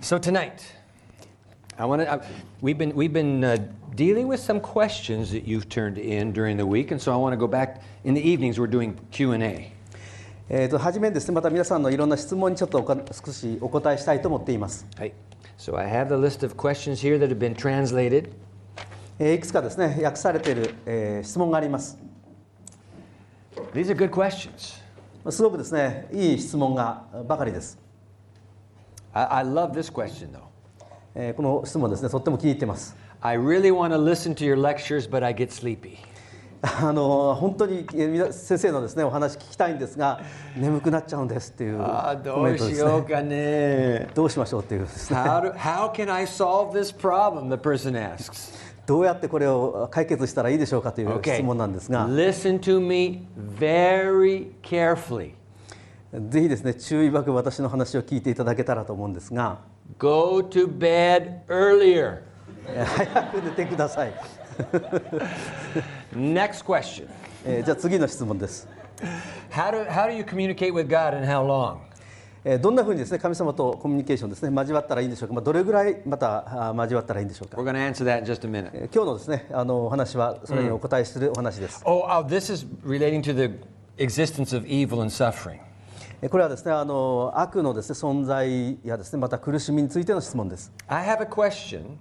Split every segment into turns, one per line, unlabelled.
So tonight, I want to. We've been we've been uh, dealing with some questions that you've turned in during the week, and so I want to go back in the evenings. We're doing Q and A.
えー、と初めにですねまた皆さんのいろんな質問にちょっとおか少しお答えしたいと思っています、
Hey, so I have the list of questions here that have been translated.
えーいくつかですね訳されている、えー質問があります、
These are good questions.
まあすごくですねいい質問がばかりです、
I, I love this question though.
えーこの質問ですねとっても気に入ってます
I really want to listen to your lectures, but I get sleepy.
あのー本当にえーみな先生のですねお話聞きたいんですが眠くなっちゃうんですっていうコメントですねどうしましょうっていうですね
how, do, how can I solve this problem? The person asks.
どうやってこれを解決したらいいでしょうかという質
Okay.
問なんですが、
Listen to me very carefully.
ぜひですね注意深く私の話を聞いていただけたらと思うんですが
Go to bed earlier.
えー早く寝てください
Next question.
えーじゃあ次の質問です、
How do, how do you communicate with God and how long?
えーどんなふうにですね神様とコミュニケーションですね交わったらいいんでしょうか、まあ、どれぐらいまたあー交わったらいいんでしょうか、
We're going to answer that in just a minute.
えー今日のですねあのお話はそれにお答えするお話です、
Oh, oh, this is relating to the existence of evil and suffering.
えーこれはですねあの悪のですね存在やですねまた苦しみについての質問です
I have a question.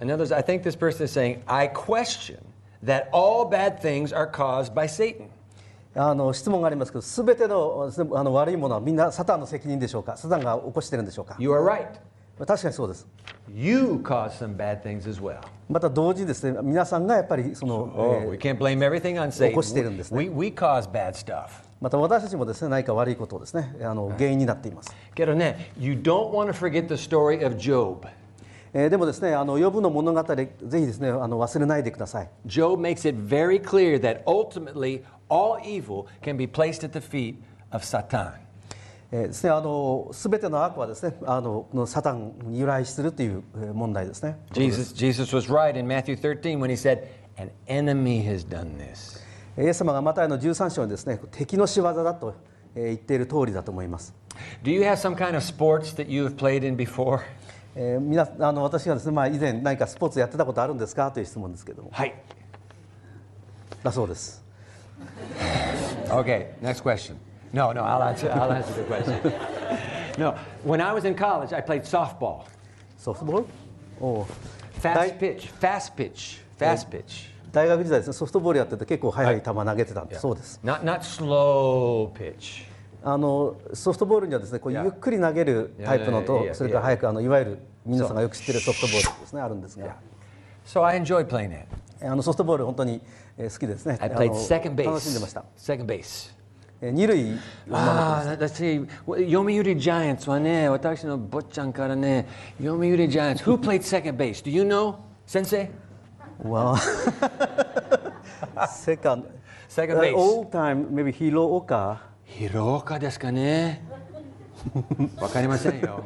In other words, I think this person is saying, I question that all bad things are caused by Satan.
あの質問がありますけどすべてのですねあの悪いものはみんなサタンの責任でしょうかサタンが起こしてるんでしょうか
You are right.
まあ確かにそうです
You caused some bad things as well.
また同時にですね皆さんがやっぱりその、え
Oh,
ー
we can't blame everything on Satan.
起こしてるんですね。
We, we cause bad stuff.
また私たちもですね何か悪いことをですねあの原因になっています、
Get on that. You don't want to forget the story of Job.
えーでもですねあの呼ぶの物語ぜひですねあの忘れないでください
Job makes it very clear that ultimately all evil can be placed at the feet of Satan.
えーですねあの全ての悪はですねあのこのサタンに由来するというえー問題ですね
Jesus, Jesus was right in Matthew 13 when he said, An enemy has done this.
えーイエス様がマタイの13章にですね敵の仕業だとえー言っている通りだと思います、
Do you have some kind of sports that you have played in before?
えー皆あの私がですね、まあ、以前何かスポーツやってたことあるんですかという質問ですけども
Hi.
だそうです
Okay, next question. No, no, I'll answer, I'll answer the question. No, when I was in college, I played softball.
ソフトボールおう
Fast
Dai-
pitch, fast pitch, fast pitch.
大学時代ですねソフトボールやってて結構速い球投げてたんで、そうです
Not, not slow pitch.
あのソフトボールにはですねこう
Yeah.
ゆっくり投げるタイプの
Yeah, yeah, yeah,
と
yeah,
それから
yeah.
早くあのいわゆる皆さんがよく知ってるソフトボールですねあるんですが
So I enjoyed playing it.
えあのソフトボール本当にえ好きですね
I
あ
played
の
second base.
楽しんでました
Second base.
え二塁を守って
ああ、私、読売ジャイアンツはね、私の坊ちゃんからね、読売ジャイアンツ、Who played second base? Do you know? 先生
わあ セカンド
Second base.
all time maybe ヒーローオカ
広岡ですか ねわかりませんよ。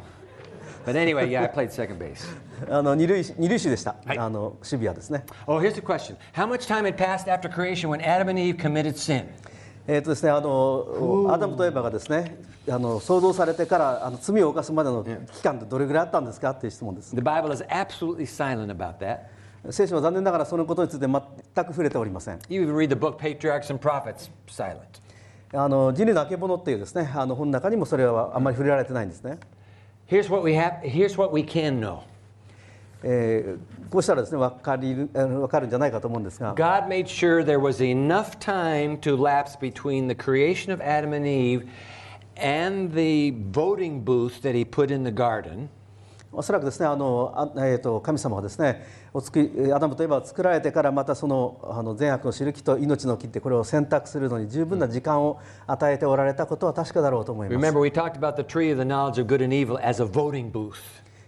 But anyway, yeah, I played second base.
あの二塁二塁手でした、
い
あの守備はですね
Oh, here's the question. How much time had passed after creation when Adam and Eve committed sin?
えーとですね、あのアダムとエヴァがですねあの創造されてからあの罪を犯すまでの期間ってどれぐらいあったんですかっていう質問です、
The Bible is absolutely silent about that.
聖書は残念ながらそのことについて全く触れておりません
You even read the book Patriarchs and Prophets, silent.
あの人類の曙っていうですねあの本の中にもそれはあんまり触れられてないんですね、
Here's what we have. Here's what we can know.
えーこうしたらですね分かりるあの分かるんじゃないかと思うんですが
God made sure there was enough time to lapse between the creation of Adam and Eve and the voting booth that He put in the garden.
おそらくですねあのあ、えー、と神様はですねお作りえーアダムとエヴァを作られてからまたそのあの善悪の知る木と命の木ってこれを選択するのに十分な時間を与えておられたことは確かだろうと思います
Remember, we talked about the tree of the knowledge of good and evil as a voting booth.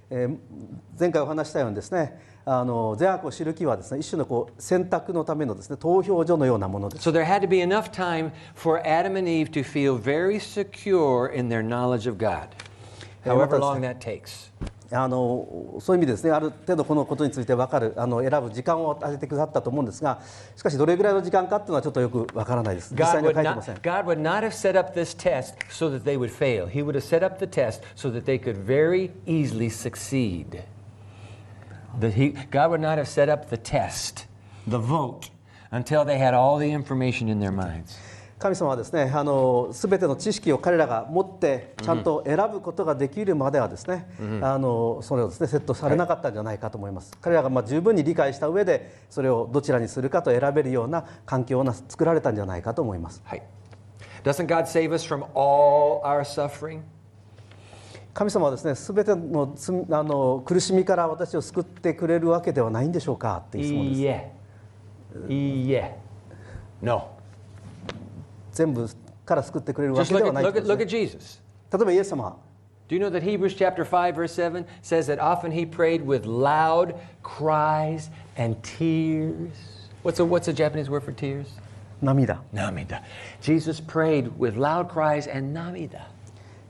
えー前回お話ししたようにですねあの善悪を知る木はですね一種のこう選択のためのですね投票所のようなものです
So there had to be enough time for Adam and Eve to feel very secure in their knowledge of God,
Yeah,
however
what does-
long that takes.
えあのそういう意味でですねある程度このことについて分かるあの選ぶ時間を与えてくださったと思うんですがしかしどれぐらいの時間かっていうのはちょっとよく分からないです実際
God
には
would,
書いてません
not, God would not have set up this test so that they would fail. He would have set up the test so that they could very easily succeed. That he, God would not have set up the test, the vote, until they had all the information in their minds.
神様はですねあの全ての知識を彼らが持ってちゃんと選ぶことができるまではですね、あのそれをですねセットされなかったんじゃないかと思います、彼らがまあ十分に理解した上でそれをどちらにするかと選べるような環境をな作られたんじゃないかと思います
Hi. Doesn't God save us from all our suffering?
神様はですね全てのつあの苦しみから私を救ってくれるわけではないんでしょうかっていう質問です
Yeah. Yeah. No.
全部から救ってくれるわ
Just
けで
look
は
at,
ないっ
look
て
at,
こと
look
で
at
すね
Jesus.
例えばイエス様
Do you know that Hebrews chapter 5 verse 7 says that often he prayed with loud cries and tears? What's a what's a Japanese word for tears?
涙
Namida. Jesus prayed with loud cries and namida.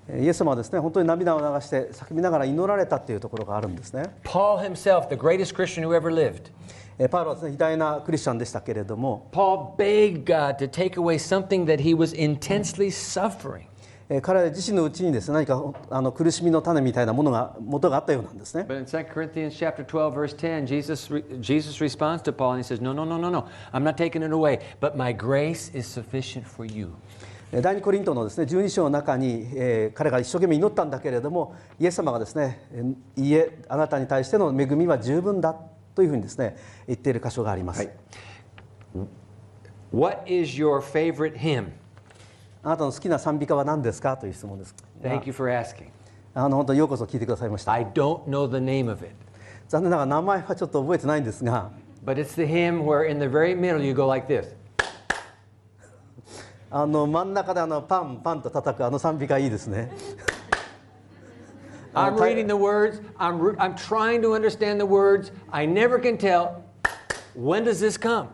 えーイエス様はですね本当に涙を流して叫びながら祈られたっていうところがあるんですね
Paul himself, the greatest Christian who ever lived,
えーパウロはですね偉大なクリスチャンでしたけれども
Paul begged God to take away something that he was intensely suffering.
えー彼自身のうちにですね何かほあの苦しみの種みたいなものが元があったようなんですね
But in 2 Corinthians chapter 12 verse 10, Jesus re- Jesus responds to Paul and he says, "No, no, no, no, no. I'm not taking it away, but my grace is sufficient for you."
えー第二コリントのですね12章の中に、えー彼が一生懸命祈ったんだけれどもイエス様がですねえー「いいえあなたに対しての恵みは十分だ」というふうにですね言っている箇所があります、
はい What is your favorite hymn?
あなたの好きな賛美歌は何ですかという質問です
Thank you for asking.
あの本当にようこそ聞いてくださいました
I don't know the name of it,
残念ながら名前はちょっと覚えてないんですが
but it's the hymn where in the very middle you go like this.
あの真ん中であのパンパンと叩くあの賛美歌いいですね
I'm
Okay.
reading the words, I'm, re- I'm trying to understand the words, I never can tell. When does this come?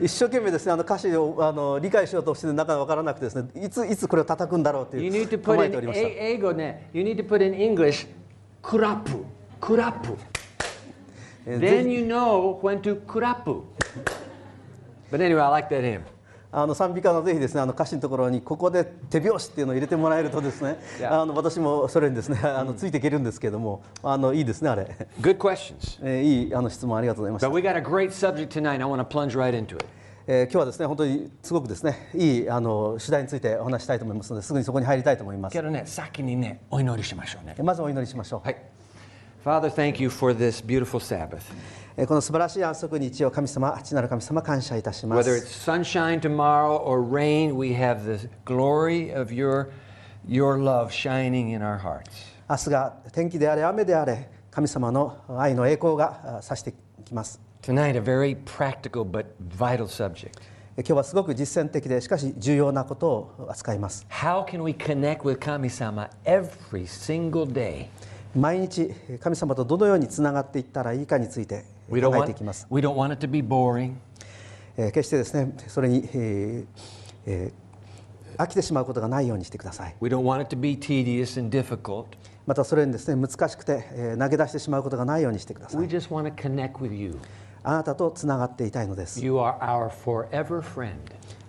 一生懸命ですねあの歌詞をあの理解しようとして中が分からなくてですねいついつこれを叩くんだろうと
You
い
need to
う
put
構え
in
ておりま
A-
した
ego ne. You need to put in English kurapu. Kurapu.
えーぜ
Then
ひ
you know when to kurapu. But anyway, I like that hymn.
あの賛美歌のぜひですねあの歌詞のところにここで手拍子っていうのを入れてもらえるとですね
Yeah.
あの私もそれにですねあのついていけるんですけどもあのいいですねあれ、
Good questions.
えーいいあの質問ありがとうございました
But we got a great subject tonight. I want to plunge right into it.
えー今日はですね本当にすごくですねいいあの主題についてお話ししたいと思いますのですぐにそこに入りたいと思います
けどね、先にね、お祈りしましょうね
え。まずお祈りしましょう、
はい。Father, thank you for this beautiful Sabbath.
えーこの素晴らしい安息日を神様父なる神様感謝いたしま
Whether
す
it's sunshine tomorrow or rain, we have the glory of your, your love shining in our hearts.
明日が天気であれ雨であれ神様の愛の栄光があ差してきます
Tonight, a very practical but vital subject.
えー今日はすごく実践的でしかし重要なことを扱います
How can we connect with Kami-sama every single day?
毎日えー神様とどのようにつながっていったらいいかについて
We don't
考えてい
want,
きます、
we don't want it to be boring.
えー決してですねそれに、えーえー飽きてしまうことがないようにしてください
We don't want it to be tedious and difficult.
またそれにですね難しくて、えー投げ出してしまうことがないようにしてくださ
We
い
just want to connect with you.
あなたとつながっていたいのです
You are our forever friend.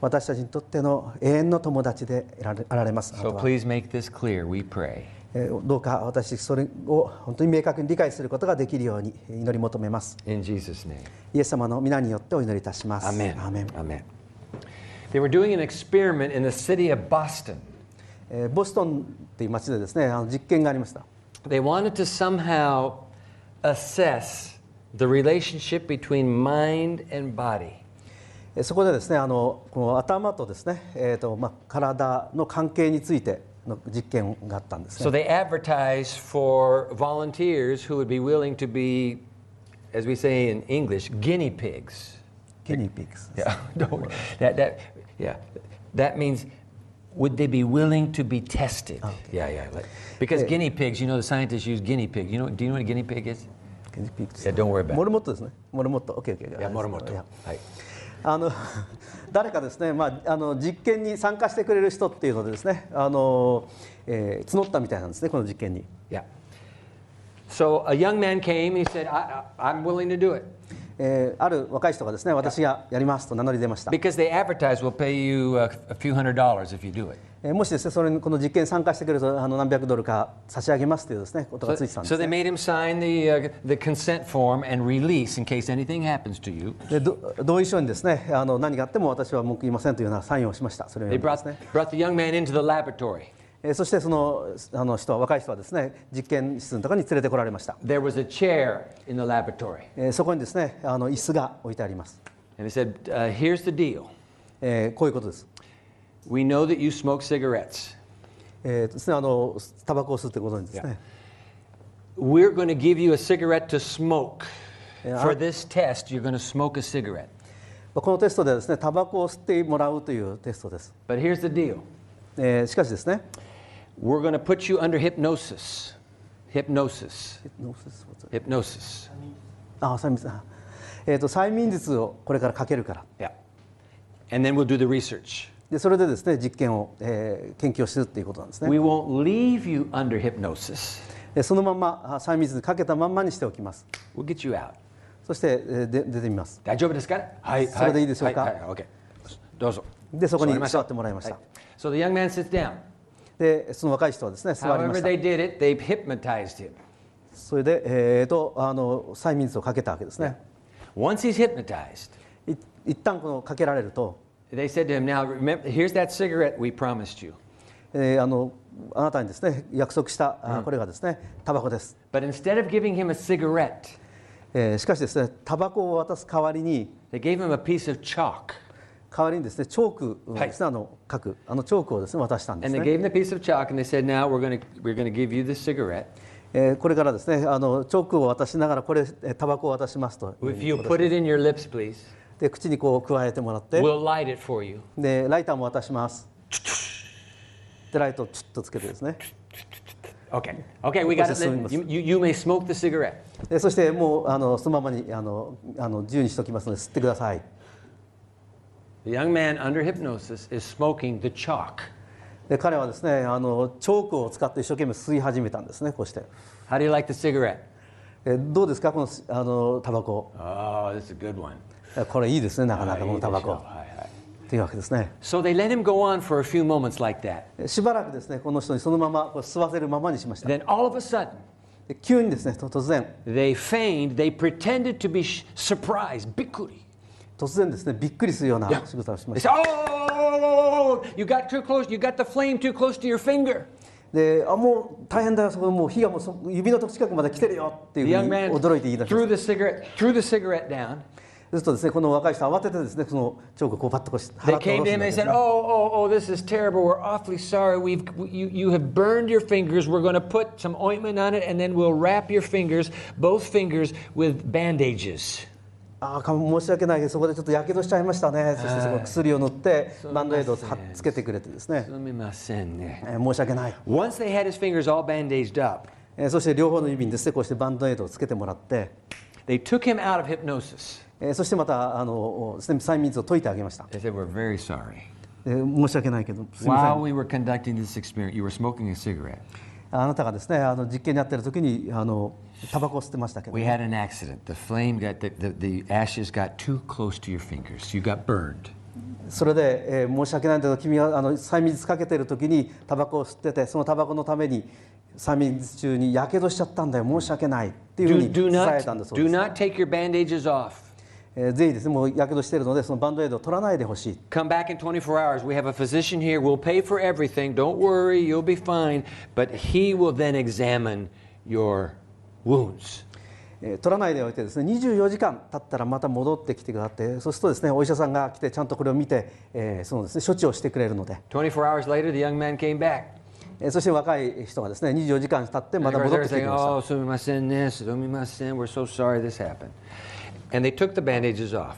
私たちにとっての永遠の友達でいられあられますあな
So
たは
please make this clear, we pray.
えーどうか私それを本当に明確に理解することができるようにえー祈り求めます
In Jesus' name.
イエス様の皆によってお祈りいたします
Amen.
アーメン
Amen. They were doing an experiment in the city of Boston.
えーボストンっていう町でですねあの実験がありました
They wanted to somehow assess the relationship between mind and body.
えーそこでですねあのこの頭とですね、えーとまあ、体の関係についての実験があったんですね
So they advertised for volunteers who would be willing to be, as we say in English, guinea pigs.
ギニーピックス
Yeah, don't worry. That, that, yeah, that means would they be willing to be tested? Yeah, yeah. like- because guinea pigs, you know, the scientists use guinea pig. You know, do you know what a guinea pig is?
ギニーピックス
Yeah, don't worry about
モ
it.
ルモットですね。モルモット。オッケーオッケー。
Yeah,
い
moromoto.
や
Hi.
あの 誰かですね、まああの実験に参加してくれる人っていうのでですね、あの、えー募ったみたいなんですねこの実験に。
Yeah. So a young man came and he said, I, I, I'm willing to do it.
えーある若い人がですね私がやりますと名乗り出ました、
Because they advertise, we'll pay you a, a few hundred dollars if you do it.
えーもしですねそれにこの実験に参加してくれるとあの何百ドルか差し上げますというですねことがつい
So,
てたんで
so
す、
they
ね、
made him sign the, uh, the consent form and release in case anything happens to you.
でど同意書にですねあの何があっても私は文句言いませんというようなサインをしましたそれを
They
読んでです
brought,
ね、
brought the young man into the laboratory.
えーそしてそのあの人は若い人はですね実験室のところに連れてこられました、
There was a chair in the laboratory.
えーそこにですねあの椅子が置いてあります、
And he said, uh, Here's the deal.
えーこういうことです,、
We know that you smoke cigarettes.
えーですねあのタバコを吸うということにですね、
We're going to give you a cigarette to smoke.
Yeah,
For
I-
this test, you're going to smoke a cigarette.
このテストではですねタバコを吸ってもらうというテストです、
But here's the deal
えーしかしですね
we're going to put you under hypnosis. Hypnosis. Hypnosis.
あ催眠術あえー、と催眠術をこれからかけるから
Yeah. And then we'll do the research.
でそれでですね実験を、えー研究をするっていうことなんですね
We won't leave you under hypnosis.
でそのまんまあ催眠術にかけたまんまにしておきます
We'll get you out.
そして、えーで出てみますそれでいいでしょう
大丈夫ですか？は
か？
い、はい、はい、はい、okay. どうぞ。
でそこに
座りましょう。
座ってもらいました、
はい。So the young man sits down.
でその若い人はですね座りま
However
した
they did it, they hypnotized him.
それで、えー、とあの催眠術をかけたわけですね
Once he's hypnotized,
い一旦このかけられると、
they said to him, "Now remember, here's that cigarette we promised you."
えーあのあなたにですね約束した、あこれがですねタバコです、
But instead of giving him a cigarette,
えーしかしですねタバコを渡す代わりに
they gave him a piece of chalk.
代わりにですねチョークをですね、あの書くあのチョークをですね渡したんで
And
す
they
ね。
gave him the piece of chalk, and they said, "Now we're going to we're going to give you this cigarette.
えーこれからですねあのチョークを渡しながらこれえータバコを渡しますと
If you put it in your lips, please,
で口にこう加えてもらって、
we'll light it for you."
でライターも渡します。でライトをチュッとつけてですね。
Okay. Okay, we got
What's the
it. You, you, you may smoke the cigarette.
でそしてもうあのそのままにあのあの自由にしておきますので吸ってください。
The young man under hypnosis is smoking the chalk.
で彼はですねあのチョークを使って一生懸命吸い始めたんですねこうして。
How do you like the cigarette?
えーどうですかこのすあのタバコ。
Oh, this is a good one.
えーこれいいですねなかなかこのタバコ
はいいいでしょう。はいはい。
というわけですね。
So they let him go on for a few moments like that.
しばらくですねこの人にそのままこう吸わせるままにしました
Then all of a sudden,
で急にですねと突然
they feigned, they pretended to be sh- surprised, bikuri.
突然ですねびっくりするような仕草をしま
They
し
said, oh, you got too close, you got the flame too close to your finger.
たであもう大変だよそこもう火がもうそ指の近くまで来てるよっていう
The
ふ
young
うに
man
驚いて言い出しまし
threw the cigarette, threw the cigarette down.
たするとですねこの若い人慌ててですねそのチョークをこうパッとこうし
They
払って
came
下ろ
to him
すん
and
で
they
すね
said, "Oh, oh, oh, this is terrible. We're awfully sorry. We've you, you have burned your fingers. We're going to put some ointment on it, and then we'll wrap your fingers, both fingers, with bandages."
ああか申し訳ないけどそこでちょっとやけどしちゃいましたねそしてその薬を塗ってバンドエイドを貼っつけてくれてですね、
Sumimasen.
えー申し訳ない、
Once they had his fingers all bandaged up,
えーそして両方の指にですねこうしてバンドエイドをつけてもらって、
they took him out of hypnosis.
えーそしてまたあのですね催眠術を解いてあげました
They said, "We're very sorry.
えー申し訳ないけどすみません
While we were conducting this experiment, you were smoking a cigarette.
あなたがですねあの実験にあってる時にあのタバコを吸ってましたけど
We had an accident. The flame got the, the, the ashes got too close to your fingers. You got burned."
それで、えー申し訳ないんだけど君はあの催眠術かけてる時にタバコを吸っててそのタバコのために催眠術中にやけどしちゃったんだよ申し訳ないっていうふう
Do, do
に伝えたんだ
not,
そう
do
です、
not take your bandages off.
えーぜひですねもうやけどしてるのでそのバンドエイドを取らないでほしい
Come back in 24 hours. We have a physician here. We'll pay for everything. Don't worry, you'll be fine. But he will then examine your wounds.
えー取らないでおいてですね24時間経ったらまた戻ってきてくださってそうするとですねお医者さんが来てちゃんとこれを見て、えーそのですね処置をしてくれるので、
24 hours later, the young man came back.
えーそして若い人がですね24時間経ってま
And
た
of course,
戻
they
っ
were
てきてき
saying,
ました
oh, sumimasen this, sumimasen, we're so sorry this happened. And they took the bandages off.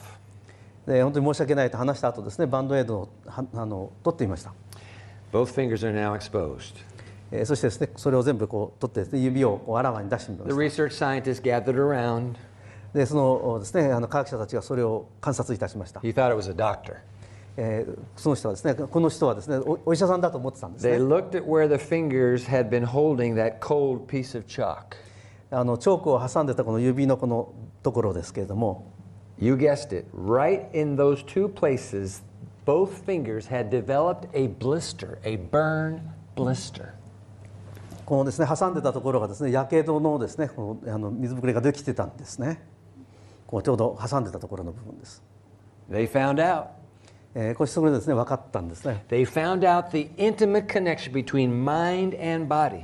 で本当に申し訳ないと話した後ですねバンドエイドをはあの取ってみました、
Both fingers are now exposed.
えーそしてですねそれを全部こう取ってですね指をこうあらわに出してみま
The
し
research scientists gathered around.
たでそのですねあの科学者たちがそれを観察いたしました、
He thought it was a doctor.
えーその人はですねこの人はですねおお医者さんだと思ってたんです
They
ね
looked at where the fingers had been holding that cold piece of chalk.
あのチョークを挟んでたこの指のこのところですけれども
You guessed it. Right in those two places, both fingers had developed a blister, a burn blister.
このですね挟んでたところがですねやけどのですねこのあの水ぶくれができてたんですねこうちょうど挟んでたところの部分です、
They found out.
えーこれそれでですね分かったんですね
They found out the intimate connection between mind and body.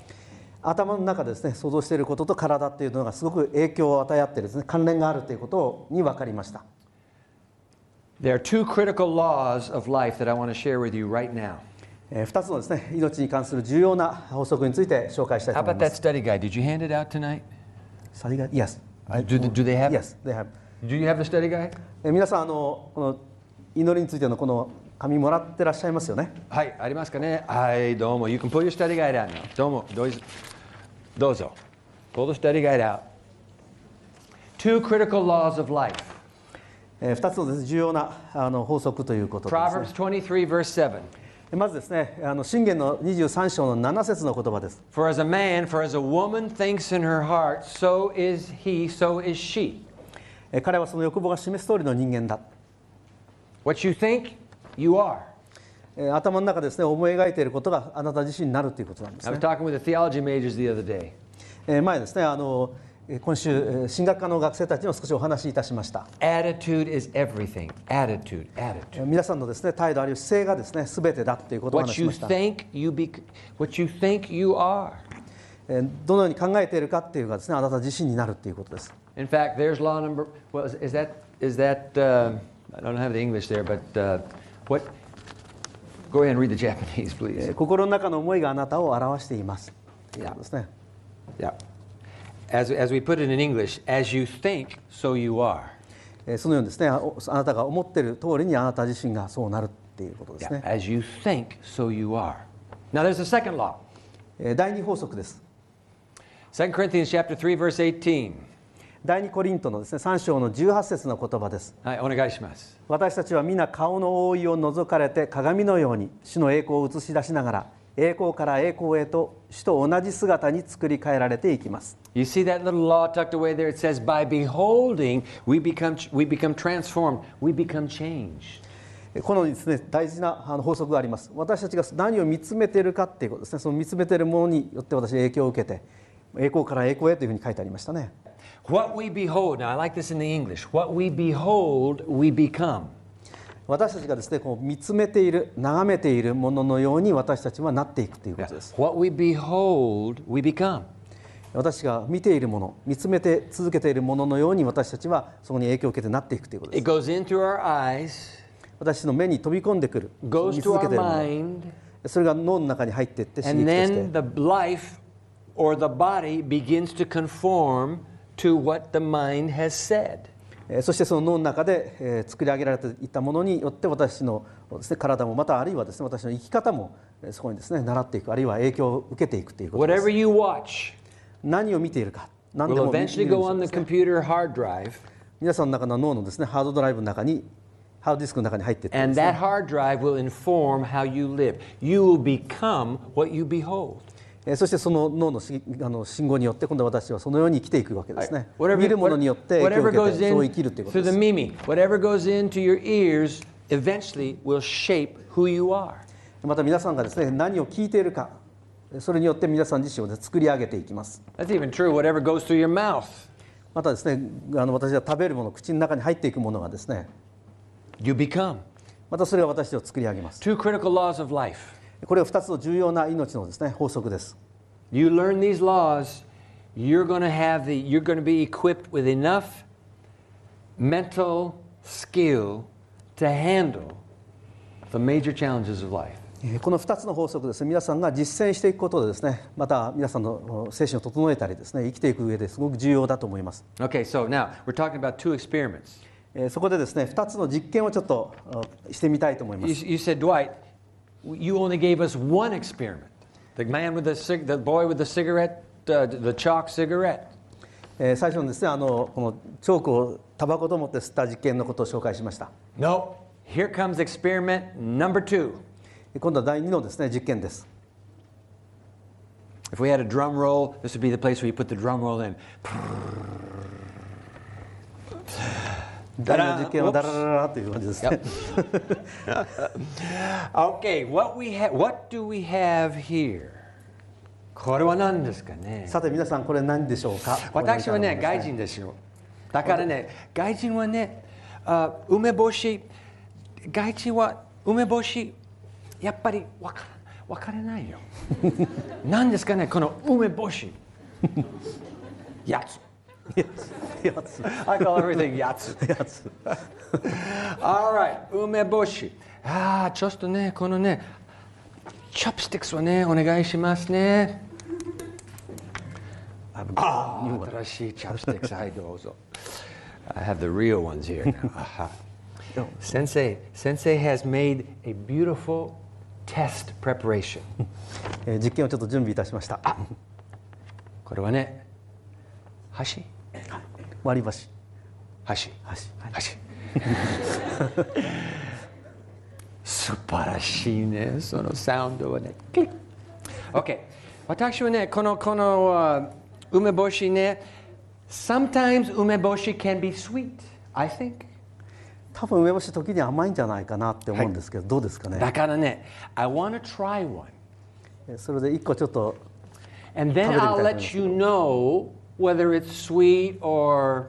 頭の中でですね想像していることと体っていうのがすごく影響を与え合ってですね関連があるということに分かりました
There are two critical laws of life that I want to share with you right now.
えー二つのですね命に関する重要な法則について紹介したい
How
と思い
about
ま
that
す。
study guide? Did you hand it out tonight?
さりが yes
Do, do they have
yes they have。
Do you have the study guide?
えー皆さんあのこの祈りについてのこの紙もらってらっしゃいますよね。
はい、ありますかね。はい、どうも。You can pull your study guide out now. どうも。どうぞ。どうぞ Pull the study guide out. Two critical laws of life.
えー二つのです、ね、重要なあの法則ということです、ね
Proverbs 23, verse 7.
えー。まずですねあの信玄の二十三章の七節の言葉です。
For as a man, for as a woman thinks in her heart, so is he, so is she.
えー彼はその欲望が示す通りの人間だ。
What you think, you are.
えー頭の中でですね思い描いていることがあなた自身になるということなんです
I
ね
was。talking with the theology majors the other day.
えー前ですねあのえー今週えー神学科の学生たちにも少しお話しいたしました。
Attitude is everything. Attitude, attitude.
えー皆さんのですね態度あるいは姿勢がですねすべてだということをお話
What
しし
you
ました。
think, you be. What you think, you are.
えーどのように考えているかっていうのがですねあなた自身になるっていうことです。
In fact, there's law number. Well, is, is that is that? Uh, I don't have the English there, but uh, what? Go ahead and read the Japanese,
え
please.
ー心の中の思いがあなたを表しています。ということですね。
Yeah. As as we put it in English, as you think, so you are.
えーそのようにですねあおあなたが思っている通りにあなた自身がそうなるっていうことですね。
As you think, so you are. Now, there's a second law.
えー第二法則です。
2 Corinthians chapter three, verse eighteen.
第二コリントのですね三章の18節の言葉です。
Hi, onegaishimasu.
私たちは皆顔の覆いを覗かれて鏡のように主の栄光を映し出しながら栄光から栄光へと主と同じ姿に作り変えられていきます。
You see that little law tucked away there? It says, "By beholding, we become we become transformed. We become changed."
このですね大事なあの法則があります私たちが何を見つめているかっていうことですねその見つめているものによって私影響を受けて栄光から栄光へというふうに書いてありましたね
What we behold, now I like this in the English, what we behold, we become.
私たちがですねこう見つめている眺めているもののように私たちはなっていくということです、
What we behold, we become.
私が見ているもの見つめて続けているもののように私たちはそこに影響を受けてなっていくということで
It
す
goes in through our eyes,
私の目に飛び込んでくる
goes to
見続け
our
ているもの
mind,
それが脳の中に入っていって刺激
and
として
then the life or the body begins to conform to what the mind has said.
えーそしてその脳の中で、えー作り上げられていったものによって私のです、ね、体もまたあるいはですね私の生き方もえーそこにですね習っていくあるいは影響を受けていくということです
Whatever you watch
何を見ているか何で
will
も見見
eventually
るん
go on
で
the
すね
computer hard drive,
皆さんの中の脳のですねハードドライブの中にハードディスクの中に入っていってで
and
すね
that hard drive will inform how you live. You will become what you behold.
えーそしてその脳のしあの信号によって今度私はそのように生きていくわけですね、
Whatever,
見るものによって影響
whatever
を受け
goes
て
in
そう生きるということ
through
で
the
す
mimi, whatever goes into your ears eventually will shape who you are.
また皆さんがですね何を聞いているかそれによって皆さん自身を、ね、作り上げていきます
That's even true. Whatever goes through your mouth,
またですねあの私が食べるもの口の中に入っていくものがですね
you become.
またそれが私を作り上げます。
Two critical laws of life.
これは2つの重要な命のですね法則です。
You learn these laws, you're going to have the you're going to be equipped with enough mental skill to handle the major challenges of life.
えーこの2つの法則ですね皆さんが実践していくことでですねまた皆さんのお精神を整えたりですね生きていく上ですごく重要だと思います。
Okay, so now we're talking about two experiments.
えーそこでですね2つの実験をちょっとあしてみたいと思いま
You,
す。
you said, Dwight, you only gave us one experiment. The man with the cig- the boy with the cigarette, uh, the chalk cigarette.
えー最初のですねあのこのチョークをタバコと思って吸った実験のことを紹介しました。
No. Here comes experiment number two.
今度は第2のですね実験です。
If we had a drum roll, this would be the place where you put the drum roll in.
第二の実験はダララララという感じですね。
Okay, what we ha- what do we have here? これは何ですかね
さて皆さんこれ何でしょうか。
私はね、
ここ
外
に書いてあるんですね
人ですよ。だからね、外人はね、あ梅干し、外人は梅干し、やっぱり分から分からないよ。何ですかね、この梅干し。やつ。
やつ
I call everything やつ。
やつ
All right、梅 Ah, 干し。ああ、ちょっとね、このね、チョップスティックスはね、お願いしますね。ああ、新しいチョップスティックス、はい、どうぞ。I have the real ones here now. あは Sensei, Sensei has made a beautiful test preparation.
えー実験をちょっと準備いたしました。
これはね、箸
割り箸。
箸
箸
箸素晴らしいねそのサウンドはねクリッ OK 私はねこのこのあ梅干しね e, Sometimes 梅干し can be sweet I think
多分梅干し時に甘いんじゃないかなって思うんですけど、どうですかね。
だからね I want to try one
えーそれで一個ちょっと
and then
食べてみたい
I'll
と思います
let you know whether it's sweet or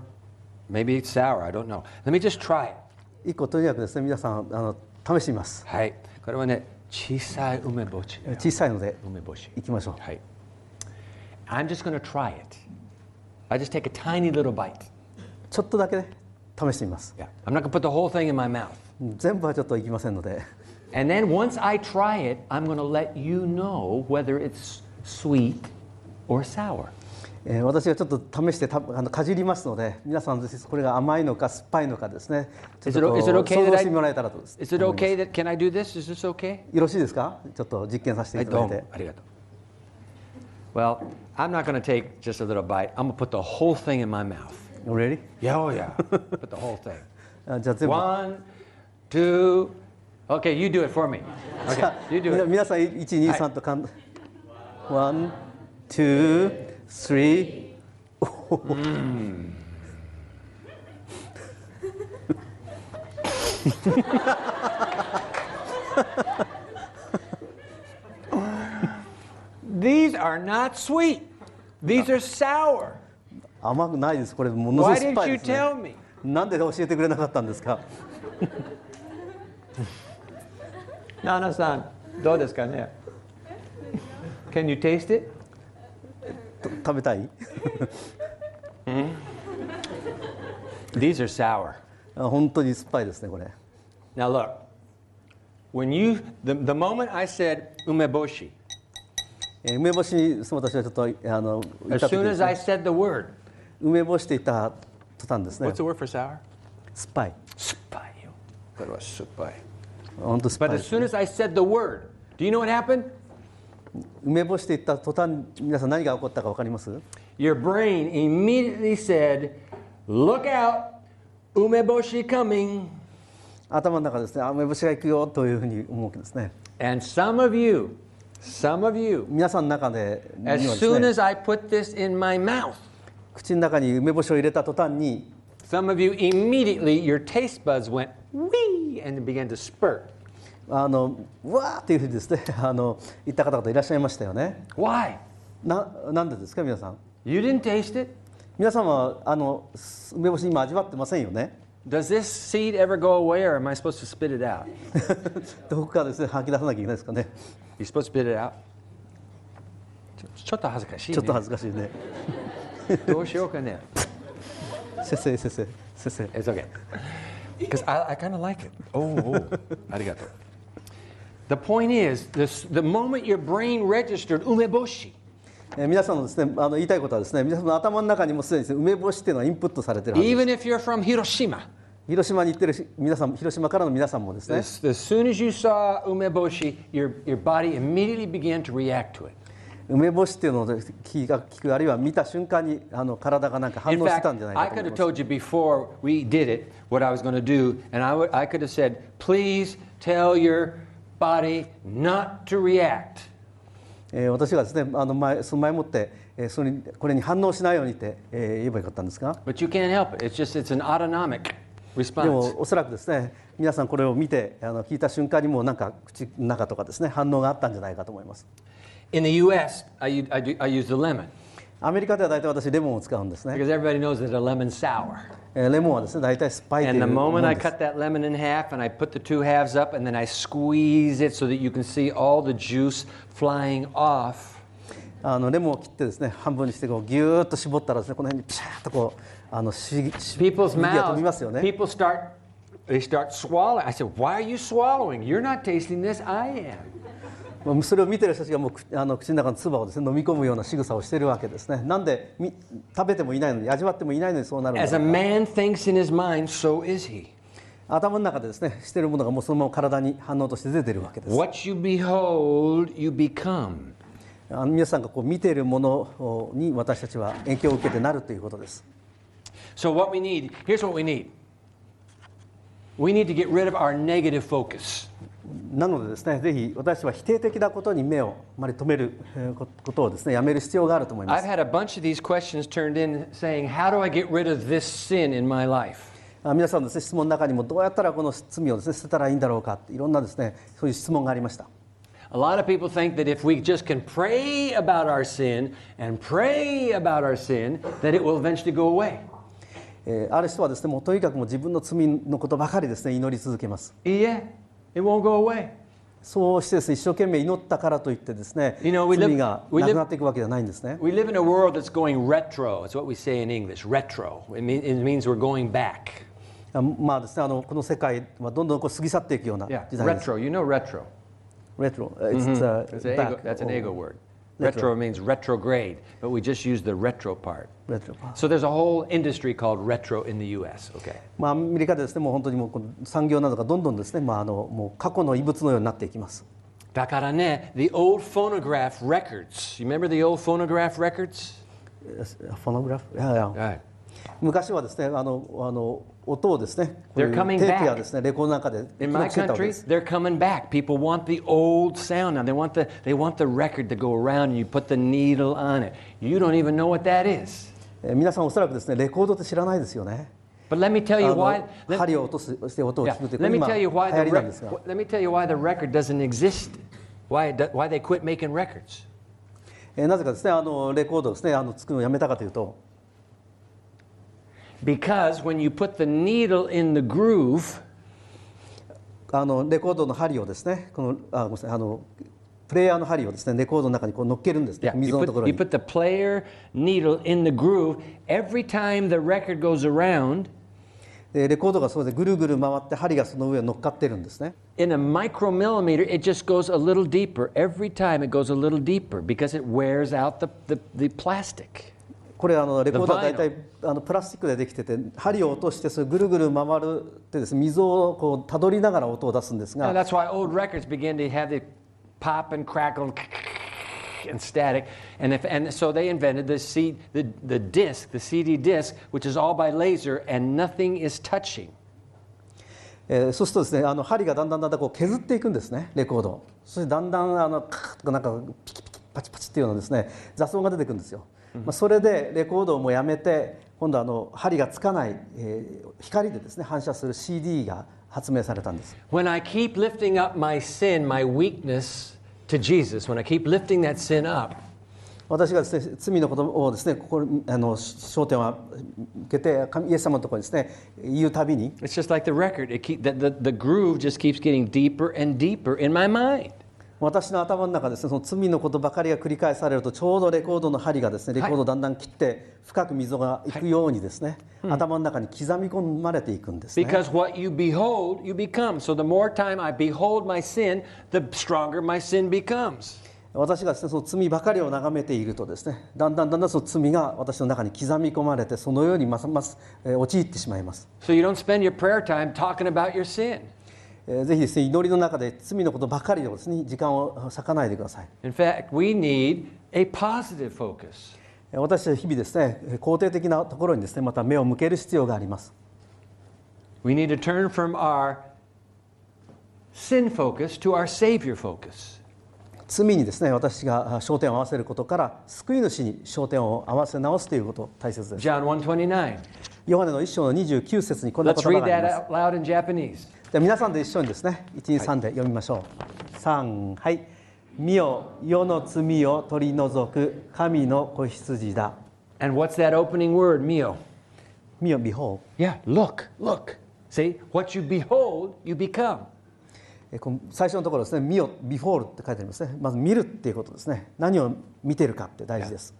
maybe it's sour I don't know let me just try it
一個とにかくですね皆さんあの試してみます。
はいこれはね小さい梅干し
えー小さいので
梅干し
いきましょう。
はい。I'm just gonna try it. I just take a tiny little bite.
ちょっとだけね試してみます。
Yeah. I'm not gonna put the whole thing in my mouth.
うん全部はちょっといきませんので。
And then once I try it, I'm gonna let you know whether it's sweet or sour.
えー私がちょっと試してたあのかじりますので皆さんぜひこれが甘いのか酸っぱいのかですねちょっ
Is
と
it,
こ
o- is
う
it
想
okay that
像
I?
してもらえたらとです。
Is it okay that can I do this? Is this okay?
よろしいですかちょっと実験させていただいて
どうもありがとう。Well, I'm not gonna take just a little bite. I'm gonna put the whole thing in my mouth.
Ready?
Yeah, oh yeah. put the whole thing.
あじゃあ全部
One, two. Okay, you do it for me.
じ
Okay,
ゃあ
you
み
do
な
it.
皆さん123とかん One, two, three
These are not sweet. These are sour.
甘くないですこれものすご
Why
い酸っ
didn't
ぱい
you
ですね
tell me?
なんで教えてくれなかったんですか
Nana-san, どうですかね? Can you taste it?
と食べたい
These are sour.
あ本当に酸っぱいですねこれ
Now look, when you, the, the moment I said umeboshi,
えー梅干しにその私はちょっとあの言
as
った時
soon
で
as
すね
I said the word,
梅干しって言った途端ですね
what's the word for sour?
酸っぱい
Supai. What was supai?
本当酸
But
っぱい
as soon as I said the word, do you know what happened?
梅干しって言った途端皆さん何が起こったか分かります
Your brain immediately said, Look out, umeboshi coming.
頭の中ですねあ梅干しが行くよというふうに思うわけですね
And some of you, some of you,
皆さんの中でには
as
です、
soon
ね、
as I put this in my mouth,
口の中に梅干しを入れた途端に
some of you immediately, your taste buds went wee and it began to spurt.
あのうわーっていうふうにですね あの言った方々いらっしゃいましたよね
Why?
ななんでですか皆さん
You didn't taste it?
皆さんはあのす梅干し今味わってませんよね
Does this seed ever go away or am I supposed to spit it out?
どこかですね吐き出さなきゃいけないですかね
You supposed to spit it out? ちょ,ちょっと恥ずかしい、ね。
ちょっと恥ずかしいね
どうしようかね。
先生先生先生
It's okay. Because I, I kind of like it. Oh, oh. arigato. The point is, this, the moment your brain registered umeboshi,
えー皆さんのですねあの言いたいことはですね皆さんの頭の中にもすでにですね梅干しっていうのはインプットされてるはずです
even if you're from Hiroshima,
広島に行ってるし皆さん広島からの皆さんもですね
as, as soon as you saw umeboshi, your, your body immediately began to react to it.
梅干しっていうのを聞が聞くあるいは見た瞬間にあの体がなんか反
In
応して
fact,
たんじゃないか
I
と思
could have
います
told you before we did it what I was going to do, and I would- I could have said, please tell your body not to react.
えー私がですねあの前その前もって、えーそれにこれに反応しないようにって、えー言えばよかったんですが
But you can't help it. It's just it's an autonomic
で
response.
もおそらくですね皆さんこれを見てあの聞いた瞬間にもうなんか口の中とかですね反応があったんじゃないかと思います
In the U.S., I, u- I, do, I use the lemon
アメリカでは大体私レモンを使うんですね、
because everybody knows that a lemon's sour.
えーレモンはですね大体酸っぱいとい
And
う
the
も
moment
の
I
です
cut that lemon in half and I put the two halves up and then I squeeze it so that you can see all the juice flying off,
あのレモンを切ってですね半分にしてこうギューッと絞ったらですねこの辺にピシャーッとこうあのしし
people's
汁気が飛びますよ
mouths,
ね
people start, they start swallowing. I said, why are you swallowing? You're not tasting this, I am.
もうそれを見てる人たちがもうくあの口の中の唾をですね飲み込むような仕草をしてるわけですねなんでみ食べてもいないのに味わってもいないのにそうなるんだ
As a man thinks in his mind, so is he.
頭の中でですねしてるものがもうそのまま体に反応として出てるわけです
What you behold, you become.
あの皆さんがこう見ているものをに私たちは影響を受けてなるということです
So, what we need here's what we need we need to get rid of our negative focus.
なのでですねぜひ私たちは否定的なことに目をあまり止めるえーこことをですねやめる必要があると思いま
I've
す
had a bunch of these questions turned in saying, How do I get rid of this sin in my life?
あ皆さんのです、ね、質問の中にもどうやったらこの罪をです、ね、捨てたらいいんだろうかっていろんなですねそういう質問がありました
A lot of people think that if we just can pray about our sin and pray about our sin, that it will eventually go away.
えーある人はですねもうとにかくもう自分の罪のことばかりですね祈り続けます
Yeah, it won't go away.
そうしてですね一生懸命祈ったからといってですね
You know, we live-
罪が
we live-
なくなっていくわけじゃないんですね
We live in a world that's going retro. It's what we say in English retro. It, mean, it means we're going back.
あまあですねあのこの世界はどんどんこう過ぎ去っていくような
Yeah,
時代です
retro. You know retro.
レトロ It's a
That's an
back
ego, that's an
or-
ego word.
Retro.
Oh. Retro means retrograde, but we just use the retro part.
retro
So there's a whole industry called retro in the U.S. Okay.
まあアメリカでですねもう本当にもうこの産業などがどんどんですねまああのもう過去の遺物のようになっていきます
Dakarane, the old phonograph records. You remember the old phonograph records?
フォノグラフいやいや
Right.
昔はですねあのあの音をですねこういう
They're coming
テープやですねレコードなんかで
In
記録
my
してたわけ
country,
です
they're coming back. People want the old sound now. They want the they want the record to go around and you put the needle on it. You don't even know what that is.
えー皆さんおそらくですねレコードって知らないですよね
But let me tell
あ
you
の
why let,
針を落とすして音を
yeah,
聞くという
let
これ
me
今流
tell you why
行
the
りなんです
rec-
が
let me tell you why the record doesn't exist. Why it do- why they quit making records.
えーなぜかですねあのレコードをですねあの作るのをやめたかというと
Because when you put the needle in the groove,
あのレコードの針をですねこのあごめんなさいあのプレイヤーの針をですねレコードの中にこう乗っけるんですね
yeah,
溝
you,
のとこ
put,
ろ
you
に
put the player needle in the groove, every time the record goes around,
でレコードがそうでぐるぐる回って針がその上に乗っかってるんですね
in a micromillimeter, it just goes a little deeper. Every time it goes a little deeper because it wears out the, the, the plastic.
これあのレコードは
The vinyl
大体あのプラスチックでできてて針を落としてそれぐるぐる回るってですね溝をこうたどりながら音を出すんです
And
が
that's why old records begin to have the pop and crackle and static. And, if, and so they invented the, C, the, the disc, the CD disc, which is all by laser and nothing is touching.
えーそうするとですねあの針がだんだんだんだんこう削っていくんですねレコードをそしてだんだんあのカーッとかなんかピキピキパチパチっていうようなですね雑音が出てくるんですよ、まあ、それでレコードをもうやめて今度あの針がつかない、えー光でですね反射する CD が発明されたんです
When I keep lifting up my sin, my weakness to Jesus, when I keep lifting that sin up,
私がですね罪のことをですねここにあの焦点を向けて神イエス様のところにですね言うたびに
it's just like the record. It keep, the, the, the groove just keeps getting deeper and deeper in my mind.
私の頭の中ですねその罪のことばかりが繰り返されるとちょうどレコードの針がですねレコードをだんだん切って深く溝がいくようにですね、頭の中に刻み込まれていくんですね。
Because what you behold, you become. So the more time I behold my sin, the stronger my sin becomes.
私がですねその罪ばかりを眺めているとですねだんだんだんだんその罪が私の中に刻み込まれてそのようにますます、えー陥ってしまいます。
So you don't spend your prayer time talking about your sin.
えーぜひですね祈りの中で罪のことばかりをですね時間を割かないでください。
In fact, we need a positive focus.
えー私たち日々ですねえー肯定的なところにですねまた目を向ける必要があります。
We need to turn from our sin focus to our Savior focus.
罪にですね私があ焦点を合わせることから救い主に焦点を合わせ直すということ大切です
John 129.
ヨハネの一章の29節にこんな言
Let's
葉
read
が
that
あります
out loud in Japanese.
じゃあ皆さんで一緒にですね123で読みましょう3はい「見よ世の罪を取り除く神の子羊だ
And what's that opening word, mio? 」
「見よ behold
Yeah, look, look. See, what you behold, you become.
えこの最初のところですね「見よ before」って書いてありますねまず見るっていうことですね何を見てるかって大事です、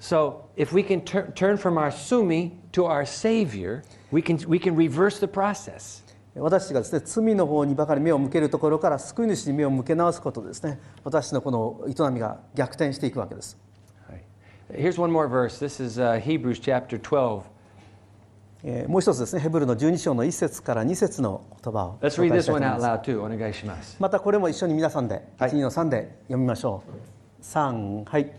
So if we can tur- turn from our sumi to our Savior, we can, we can reverse the process.
私たちがですね罪の方にばかり目を向けるところから救い主に目を向け直すことでですね私のこの営みが逆転していくわけです
Here's one more verse. This is uh, Hebrews chapter 12.
えーもう一つですねヘブルの12章の1節から2節の言葉を
Let's
紹
read
介し
this
たいと思
one
いま
out
す
loud too. Onegai shimasu.
またこれも一緒に皆さんで、
はい
1、2の3で読みましょう。3、はい。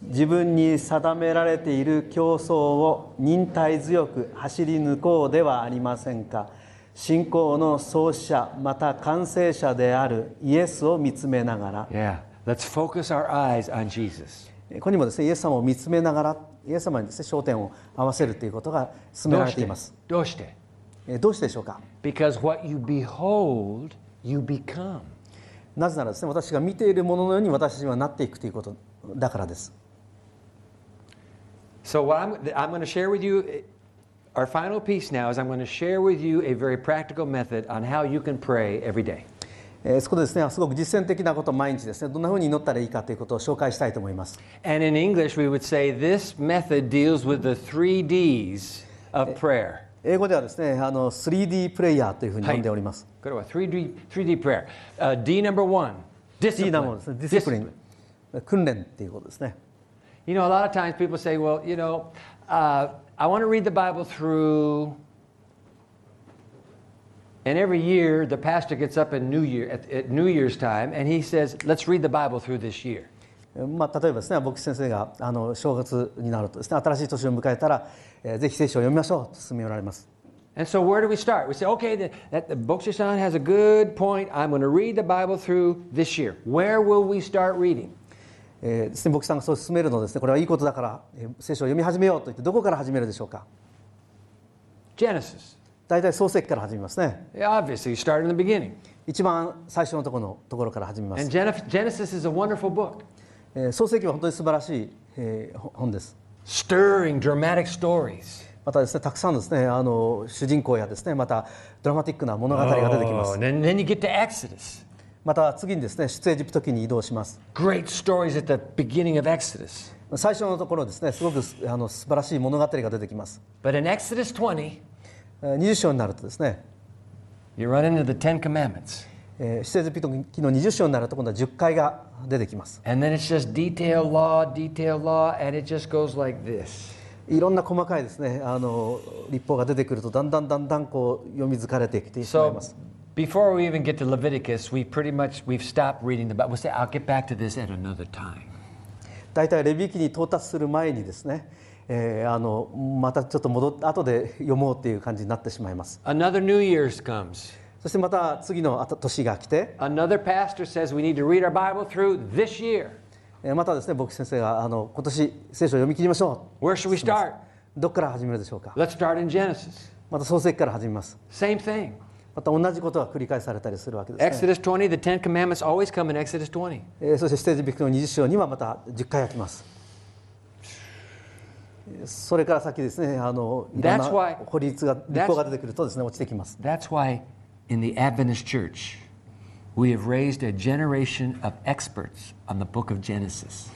自分に定められている競争を忍耐強く走り抜こうではありませんか。信仰の創始者、また完成者であるイエスを見つめながら、
Yeah, let's focus our eyes on Jesus.
ここにもですね、イエス様を見つめながら、イエス様にですね、焦点を合わせるということが進められています。
どうして?
えーどうしてでしょうか。
Because what you behold, you become.
なぜならですね、私が見ているもののように私にはなっていくということだからです。
So what I'm, I'm going to share with you, eh, our final piece now is I'm going to share with you a very practical method on how you can pray every day.
えーそこでですねすごく実践的なことを毎日ですねどんなふうに祈ったらいいかということを紹介したいと思います
And in English, we would say this method deals with the three D's of prayer.
英語ではですねあの 3D プレイヤーというふうに呼んでおります、
Go to a 3D, 3D prayer. Uh, D number one, discipline.
D なものですねディスプリン訓練っていうことですね
You know, a lot of times people say, well, you know, uh, I want to read the Bible through. And every year, the pastor gets up in New Year, at, at New Year's time, and he says, let's read the Bible through this year.
えーまあ、例えばですね牧師先生があの正月になるとですね新しい年を迎えたら、えーぜひ聖書を読みましょうと勧められます
And so, where do we start? We say, okay, the, that, the Bokshishan has a good point. I'm going to read the Bible through this year. Where will we start reading?
えーですね、牧師さんがそう勧めるのをですねこれはいいことだから、えー聖書を読み始めようと言ってどこから始めるでしょうか
Genesis.
大体創世記から始めますね
Yeah, Obviously, you start in the beginning.
一番最初のところのところから始めます
And Gen- Genesis is a wonderful book,
えー創世記は本当に素晴らしい、えーほ本です。
stirring, dramatic stories.
またですねたくさんですねあの主人公やですねまたドラマティックな物語が出てきま
Oh,
す。
and then, then you get to Exodus.
また次にですね出エジプト記に移動します。
Great stories at the beginning of Exodus.
最初のところですねすごくすあの素晴らしい物語が出てきます。
But in Exodus 20,
えー20章になるとですね
you run into the Ten Commandments.
えー出エジプト記の20章になると今度は10回が出てきます。
And then it's just detail law, detail law, and it just goes like this.
いろんな細かいですねあの立法が出てくるとだんだんだんだんこう読み疲れてきてしまいま
So
す。
before we even get to Leviticus, we pretty much we've stopped reading the Bible. We'll say, I'll get back to this at another time.
大体レビ記に到達する前にですね、えーあのまたちょっと戻って後で読もうっていう感じになってしまいます
Another New Year's comes.
そしてまた次のあと年が来て
Another pastor says we need to read our Bible through this year.
えーまたですね牧師先生があの今年聖書を読み切りましょ
Where should we start?
うどっから始めるでしょうか
Let's start in Genesis.
また創世記から始めます
Same thing.
また同じことが繰り返されたりするわけです、ね
Exodus 20, the Ten Commandments always come in Exodus 20.
えーそしてステージビックの20章にはまた10回が来ますえーそれから先ですねあのいろんな
That's why-
法律が立法が出てくるとですね落ちてきます
That's why in the Adventist Church, we have raised a generation of experts on the book of Genesis.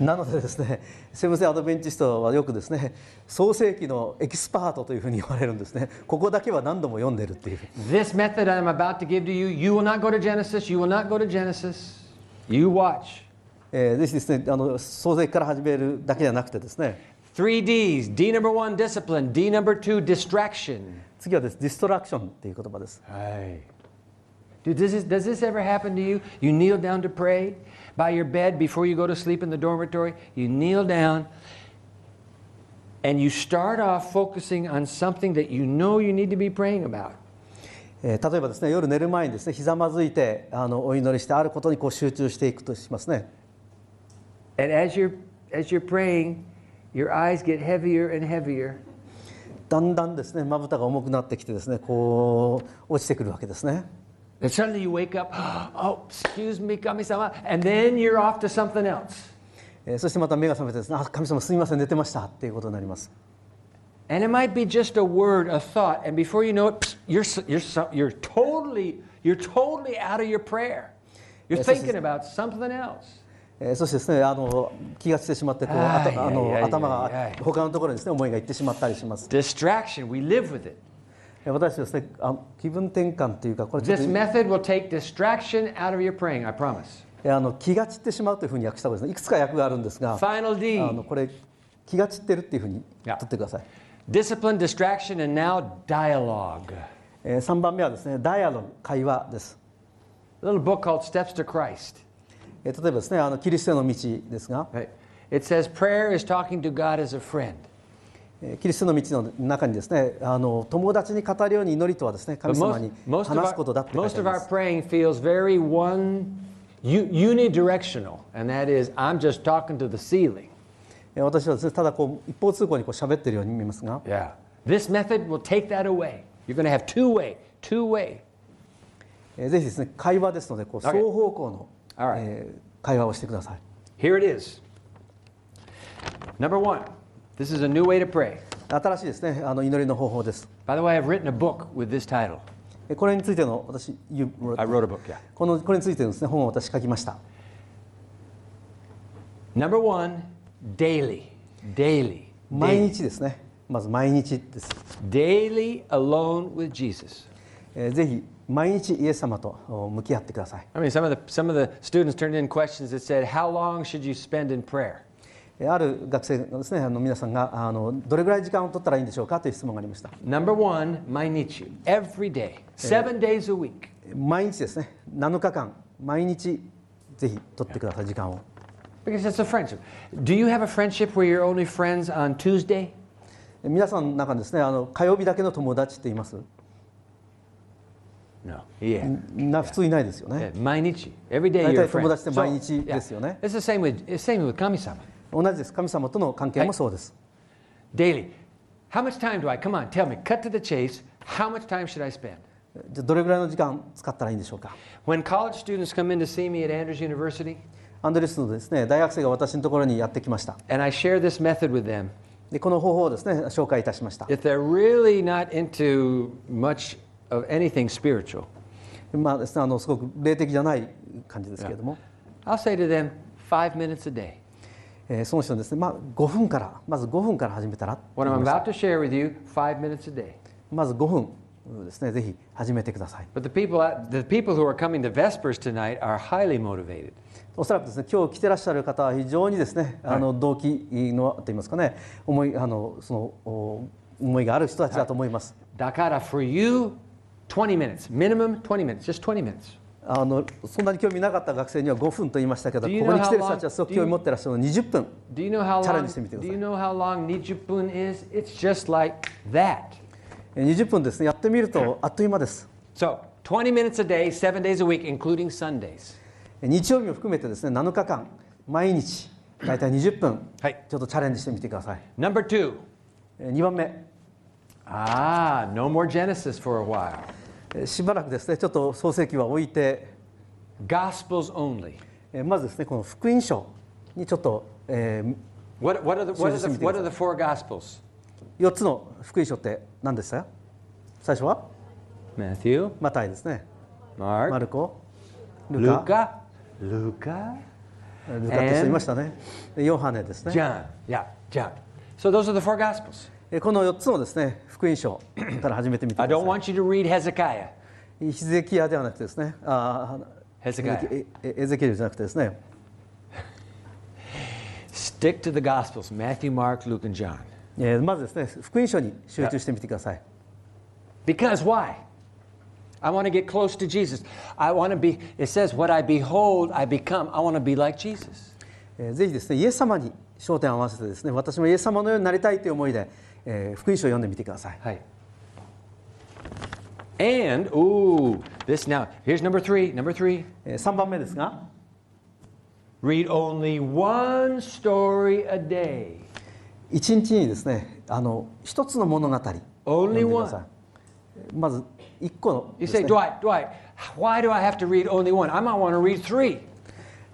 なのでですね、セブンス・アドベンチストはよくですね、創世記のエキスパートというふうに言われるんですね。ここだけは何度も読んでるっていう。
This method I'm about to give to you, you will not go to Genesis, you will not go to Genesis. You watch.
えーぜひですね、あの創世記から始めるだけじゃなくてですね、
Three D's D number one, discipline, D number two, distraction.
次はです、ディストラクションっていう言葉です。
Hey. Dude, does this, does this ever happen to you? You kneel down to pray by your bed before you go to sleep in the dormitory. You kneel down and you start off focusing on something that you know you need to be praying about.
ええー例えばですね夜寝る前にですねひざまずいてあのお祈りしてあることにこう集中していくとしますね
And as you're, as you're praying, your eyes get heavier and heavier.
だんだんですねまぶたが重くなってきてですねこう落ちてくるわけですね
And suddenly you wake up, oh, excuse me, Kami-sama, and then you're off to something else.
えーそしてまた目が覚めてですねあ神様すみません寝てましたっていうことになります
And it might be just a word, a thought, and before you know it, psst, you're, s- you're, so- you're, totally, you're totally out of your prayer. You're
Yes, this is-
thinking about something else.
えーそしてですねあの気がしてしまってこう
あ
あ
ー
たあ
いやいやいやいや
の頭が他のところにですね思いがいってしまったりします
Distraction, we live with it.
えー私ですねあ気分転換というかこれちょっ
This
と
method will take distraction out of your praying, I promise.
えーあの気が散ってしまうというふうに訳した方がいいですねいくつか訳があるんですがあ
Final D
のこれ気が散ってるっていうふうに
いや
取ってください、
discipline, distraction, and now dialogue.
え3番目はですねダイアログ会話です、
A little book called Steps to Christ.
えー例えばですねあのキリストへの道ですが、
Right? It says prayer is talking to God as a friend.
えーキリストの道の中にですねあの友達に語るように祈りとはですね神
But
様に
most, most, of
話すことだっ
our,
て書い
most
てあ
of
りま
our
す
praying feels very one, u- unidirectional, and that is, I'm just talking to the ceiling.
えー私はですねただこう一方通行にこう喋ってるように見えますが
Yeah. This method will take that away. You're going to have two way, two way.
えーぜひですね会話ですのでこう
Okay.
双方向の、
Alright.
えー会話をしてください
Here it is. Number one, this is a new way to pray.
新しいですねあの祈りの方法です
By the way, I've written a book with this title.
えーこれについての私 you wrote-
I wrote a book, yeah.
このこれについてのですね本を私書きました
Number one, daily. Daily.
毎日ですねまず毎日です、
Daily alone with Jesus.
えーぜひ毎日イエス様とお向き合ってください
I mean, some of the some of the students turned in questions that said, "How long should you spend in prayer?"
えーある学生のですねあの皆さんがあのどれぐらい時間を取ったらいいんでしょうかという質問がありました
Number one, mainichi, every day, seven days a week.
えー毎日ですね7日間毎日ぜひ取ってください時間を
Because it's a friendship. Do you have a friendship where you're only friends on Tuesday?
えー皆さんの中にですねあの火曜日だけの友達っています
No. Yeah.
な普通いないですよ
yeah.
ね
Mainichi. Every day
大体
you're a friend.
友達って毎日ですよね。
It's the same with it's the same with Kami-sama.
同じです神様との関係もそうです、
Daily. How much time do I? Come on, tell me. Cut to the chase. How much time should I spend?
じゃあどれぐらいの時間使ったらいいんでしょうか
When college students come in to see me at Andrews University
アンドレスのですね大学生が私のところにやってきました
and I share this method with them,
でこの方法をですね紹介いたしました、
if they're really not into much of anything spiritual,
まあですね、あのすごく霊的じゃない感じですけれども、
I'll say to them, five minutes a day.
えーその人にですね、まあ、5分からまず5分から始めたら
What I'm about to share with you, five minutes a day.
まず5分ですねぜひ始めてください
But the people, the people who are coming to Vespers tonight are highly motivated.
おそらくですね今日来てらっしゃる方は非常にですね、あの動機のといいますかね思いあのそのお思いがある人たちだと思います、
Dakara, for you, 20 minutes, minimum 20 minutes, just 20 minutes.
あのそんなに興味なかった学生には5分と言いましたけど
Do you know
ここに来てる人たちはすごく興味持ってらっしゃるの20分
Do you know how long,
チャレンジしてみてください。
do you know how long Nijipun is? It's just like that.
えー20分ですねやってみるとあっという間です
So, 20 minutes a day, seven days a week, including Sundays.
えー日曜日も含めてですね7日間毎日大体20分、
はい
ちょっとチャレンジしてみてください
Number two.
2番目
Ah, no more Genesis for a while.
えーしばらくですねちょっと創世記は置いて
Gospels only.
えーまずですねこの福音書にちょっと、えー
What, what, are, the, what, are, the, what are the four Gospels?
4つの福音書って何でしたよ最初は
Matthew,
マタイですね
Mark,
マルコルカ
Luca, Luca,
ルカって人いましたねでヨハネですね
John. Yeah, John. So those are the four Gospels.
えーこの4つのですね福音書から始めてみてく
I
ださ
don't
い
want you to read Hezekiah.
ヒゼキヤではなくてですねあー
ヘゼキヤ
ええエゼキエルじゃなくてですね
Stick to the Gospels Matthew, Mark, Luke, and John.
えーまずですね福音書に集中してみてください
Because why? I want to get close to Jesus. I want to be, it says, what I behold, I become. I want to be like Jesus.
えーぜひですねイエス様に焦点を合わせてですね私もイエス様のようになりたいという思いで、えー福音書を読んでみてください
Hi. And, ooh, this now, here's number three. Number three.
えー3番目ですが
Read only one story a day.
一日にですねあの一つの物語
Only
読んでくださいまず一個の
You
です
say,
ね
Dwight, Dwight, why do I have to read only one? I might want to read three.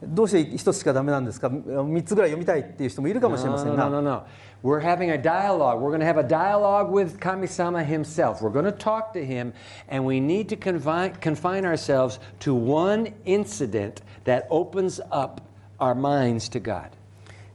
どうして一つしかダメなんですか三つぐらい読みたいっていう人もいるかもしれ
No,
ませ
no,
ん
no, no,
が
no. We're having a dialogue. We're going to have a dialogue with Kamisama himself. We're going to talk to him, and we need to confine, confine ourselves to one incident that opens up our minds to God.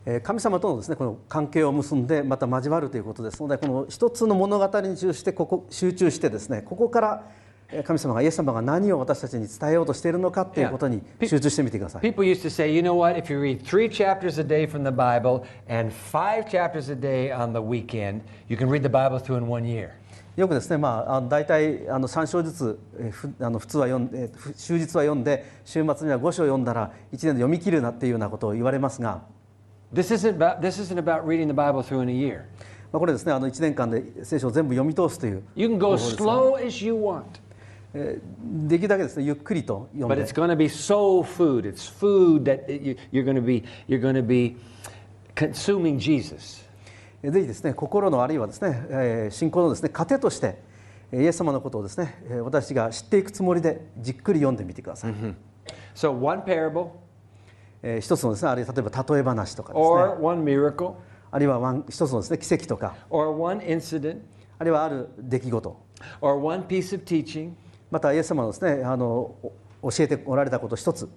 えー神様とのですねこの関係を結んでまた交わるということですのでこの一つの物語に集中してここ集中してですねここからえー神様がイエス様が何を私たちに伝えようとしているのかっていうことに
Yeah.
集中してみてください
People used to say, you know what, if you read three chapters a day from the Bible and five chapters a day on the weekend, you can read the Bible through in one year.
よくですね、まあ、あの大体あの3章ずつ、えーふあの普通は読んで、えーふ終日は読んで、週末には5章読んだら、1年で読み切るなっていうようなことを言われますが、
This isn't about, this isn't about reading the Bible through in a year.
まあ、これですね、あの1年間で聖書を全部読み通すという、
You can go slow as you want,
できるだけですね、ゆっくりと読
but
ん
it's
で、
going to be soul food. It's food that it- you, you're going to be you're going to be consuming Jesus.
えーぜひですね、心のあるいはですね、えー信仰のですね、糧として、えーイエス様のことをですね、えー私が知っていくつもりで、じっくり読んでみてください。
So one parable
えー一つのですね、あるいは例えば例え話とかですね、
or one miracle
あるいはワン一つのですね、奇跡とか、
or one incident
あるいはある出来事。
or one piece of teaching,
またイエス様のですねあのお教えておられたこと一つ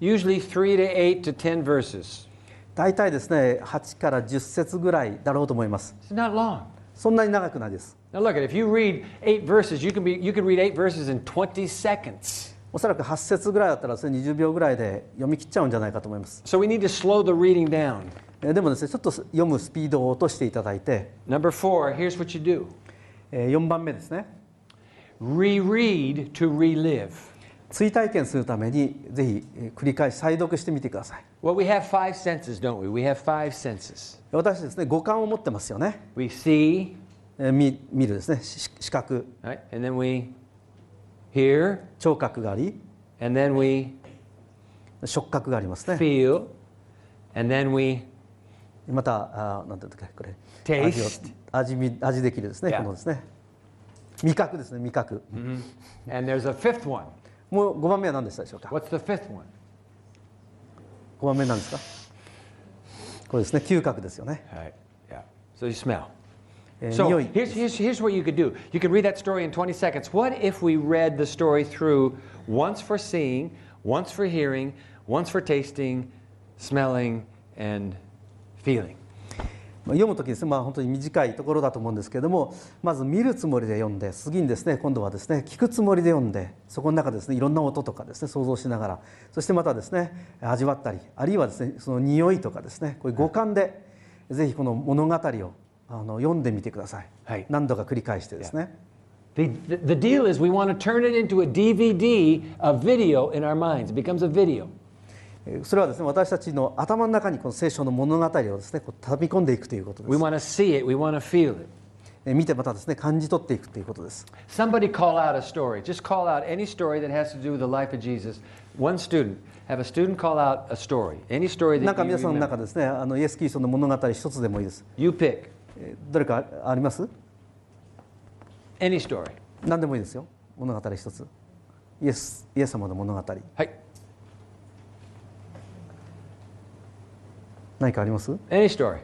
usually 3 to 8 to 10 verses.
大体ですね8から10節ぐらいだろうと思います
It's not long.
そんなに長くないです
Now look at if you read 8 verses, you can be you can read 8 verses in 20 seconds.
おそらく8節ぐらいだったらですね20秒ぐらいで読み切っちゃうんじゃないかと思います
So we need to slow the reading down.
えーでもですねちょっと読むスピードを落としていただいて
Number 4, here's what you do.
4番目ですね
Reread to relive.
追体験するためにぜひえー繰り返し再読してみてください
Well, we have five senses, don't we? We have five senses.
私ですね五感を持ってますよね
We see,
えー見見るですねし視覚
right? And then we hear,
聴覚があり
and then we
触覚がありますね
feel, and then we
またあーなんていうんだっけこれ
Taste
味を味見味できるですね、
Yeah.
このですね味覚ですね味覚、
and there's a fifth one.
もう5番目は何でしたでしょうか
What's the fifth one?
5番目なんですかこれですね嗅覚ですよね、
All right. Yeah. So you smell.
えー
So
匂い
here's, here's, here's what you could do. You could read that story in 20 seconds. What if we read the story through once for seeing, once for hearing, once for tasting, smelling, and feeling?
まあ読む時ですねまあ本当に短いところだと思うんですけれどもまず見るつもりで読んで次にですね今度はですね聞くつもりで読んでそこの中でですねいろんな音とかですね想像しながらそしてまたですね味わったりあるいはですねその匂いとかですねこういう五感でぜひこの物語をあの読んでみてください、
はい
何度か繰り返してですね、
The, the, the deal is we want to turn it into a DVD, a video in our minds. It becomes a video.
えーそれはですね私たちの頭の中にこの聖書の物語をですねこう畳み込んでいくということで
We
す、
want to see it. We want to feel it.
えー見てまたですね感じ取っていくということです
Somebody call out a story. Just call out any story that has to do with the life of Jesus. One student. Have a student call out a story. Any story
なん
that
か
you
皆さ
remember.
んの中でですねあのイエス・キリストの物語一つでもいいです、
You pick
えーどれかああります
any story.
何でもいいですよ物語一つイエスイエス様の物語
はい。
何かあります
Any story.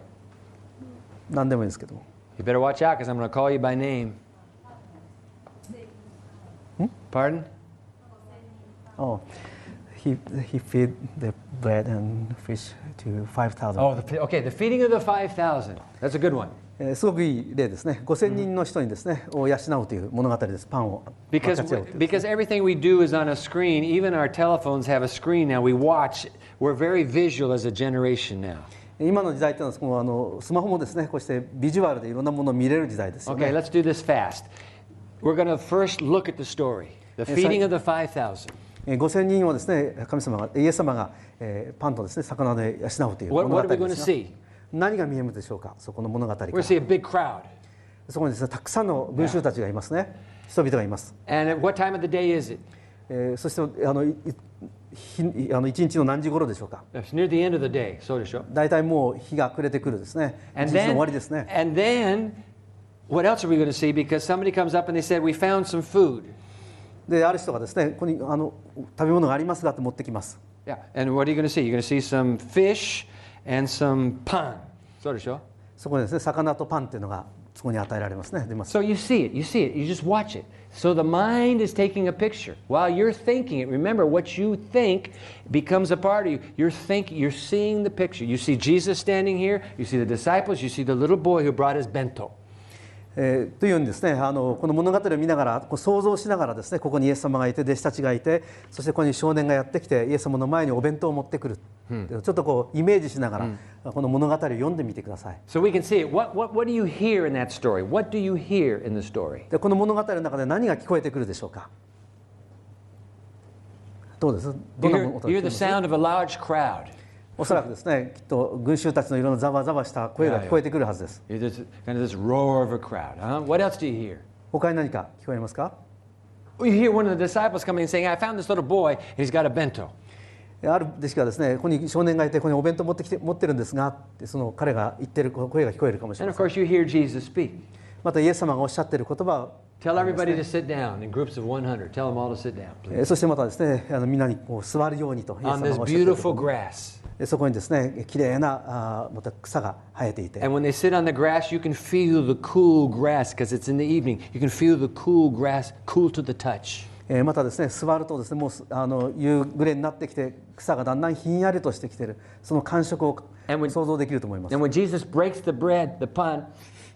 何でもいいですけども
You better watch out because I'm going to call you by name. Hmm? Pardon?
ああ He, he fed the bread and fish to 5,000、
Oh, the, fe- okay. The feeding of the 5,000. That's a good one.
えーすごくいい例ですね5,000人の人にですね、を養うという物語ですパンを
Because,
分かち合うという
because everything we do is on a screen. Even our telephones have a screen now. We watch. We're very visual as a generation now.
今の時代っていうのはもうあのスマホもですねこうしてビジュアルでいろんなものを見れる時代ですよ
Okay,
ね。
let's do this fast. We're going to first look at the story the
Yes,
feeding
I-
of the 5,000.
えー5,000人をですね神様がイエス様が、えーパンとですね魚で養うという
What,
物
what
語
are we going
で
to
すが
see?
何が見えるでしょうかそこの物語か
We're going to
ら
see a big crowd.
そこにですねたくさんの群衆たちがいますね。人々がいます、
And at what time of the day is it?
えーそしてあのいい日いあの1日の何時頃でしょうか
It's near the end of the day. So to show.
大体もう日が暮れてくるですね一
And
日の終
then,
わりですね
and then, what else are we going to see? Because somebody comes up and they said, We found some food.
である人がですねここにあの食べ物がありますがって持ってきます
Yeah. And what are you going to see? You're going to see some fish and some pan. So to show.
そこにですね魚とパンっていうのがそこに与えられますね出ます
So you see it, you see it, you just watch it. So the mind is taking a picture. While you're thinking it, remember what you think becomes a part of you. You're thinking, you're seeing the picture. You see Jesus standing here, you see the disciples, you see the little boy who brought his bento.
えーというようにですねあのこの物語を見ながらこう想像しながらですねここにイエス様がいて弟子たちがいてそしてここに少年がやってきてイエス様の前にお弁当を持ってくる、ちょっとこうイメージしながら、この物語を読んでみてください
So we can see it. What, what, what do you hear in that story? What do you hear in the story?
でこの物語の中で何が聞こえてくるでしょうかどうです
You
どんな
hear,
音が
you hear
聞こえ
the
ます
sound of a large crowd.
おそらくですねきっと群衆たちのいろんなざわざわした声が聞こえてくるはずです、
You hear this kind of this roar of a crowd. Huh? What else do you hear?
他に何か聞こえますか
Well, You hear one of the disciples coming and saying, I found this little boy, and he's got a bento.
ある弟子がですねここに少年がいてここにお弁当持ってきて持ってるんですがってその彼が言ってる声が聞こえるかもしれ
And
ま
of
せ
course, you
ん
hear Jesus speak.
またイエス様がおっしゃってる言葉
Tell everybody to sit down in groups of 100. Tell them all to sit down,
を
please.
えそしてまたですねあのみんなにこう座るようにとイエス様
On this
がおっしゃってる
beautiful grass.
でそこにですね綺麗なあーまた草が生えていて
And when they sit on the grass, you can feel the cool grass because it's in the evening. You can feel the cool grass, cool to the touch.
えーまたですね座るとですねもうすあの夕暮れになってきて草がだんだんひんやりとしてきてるその感触を
And when-
想像できると思います
And when Jesus breaks the bread, the pan,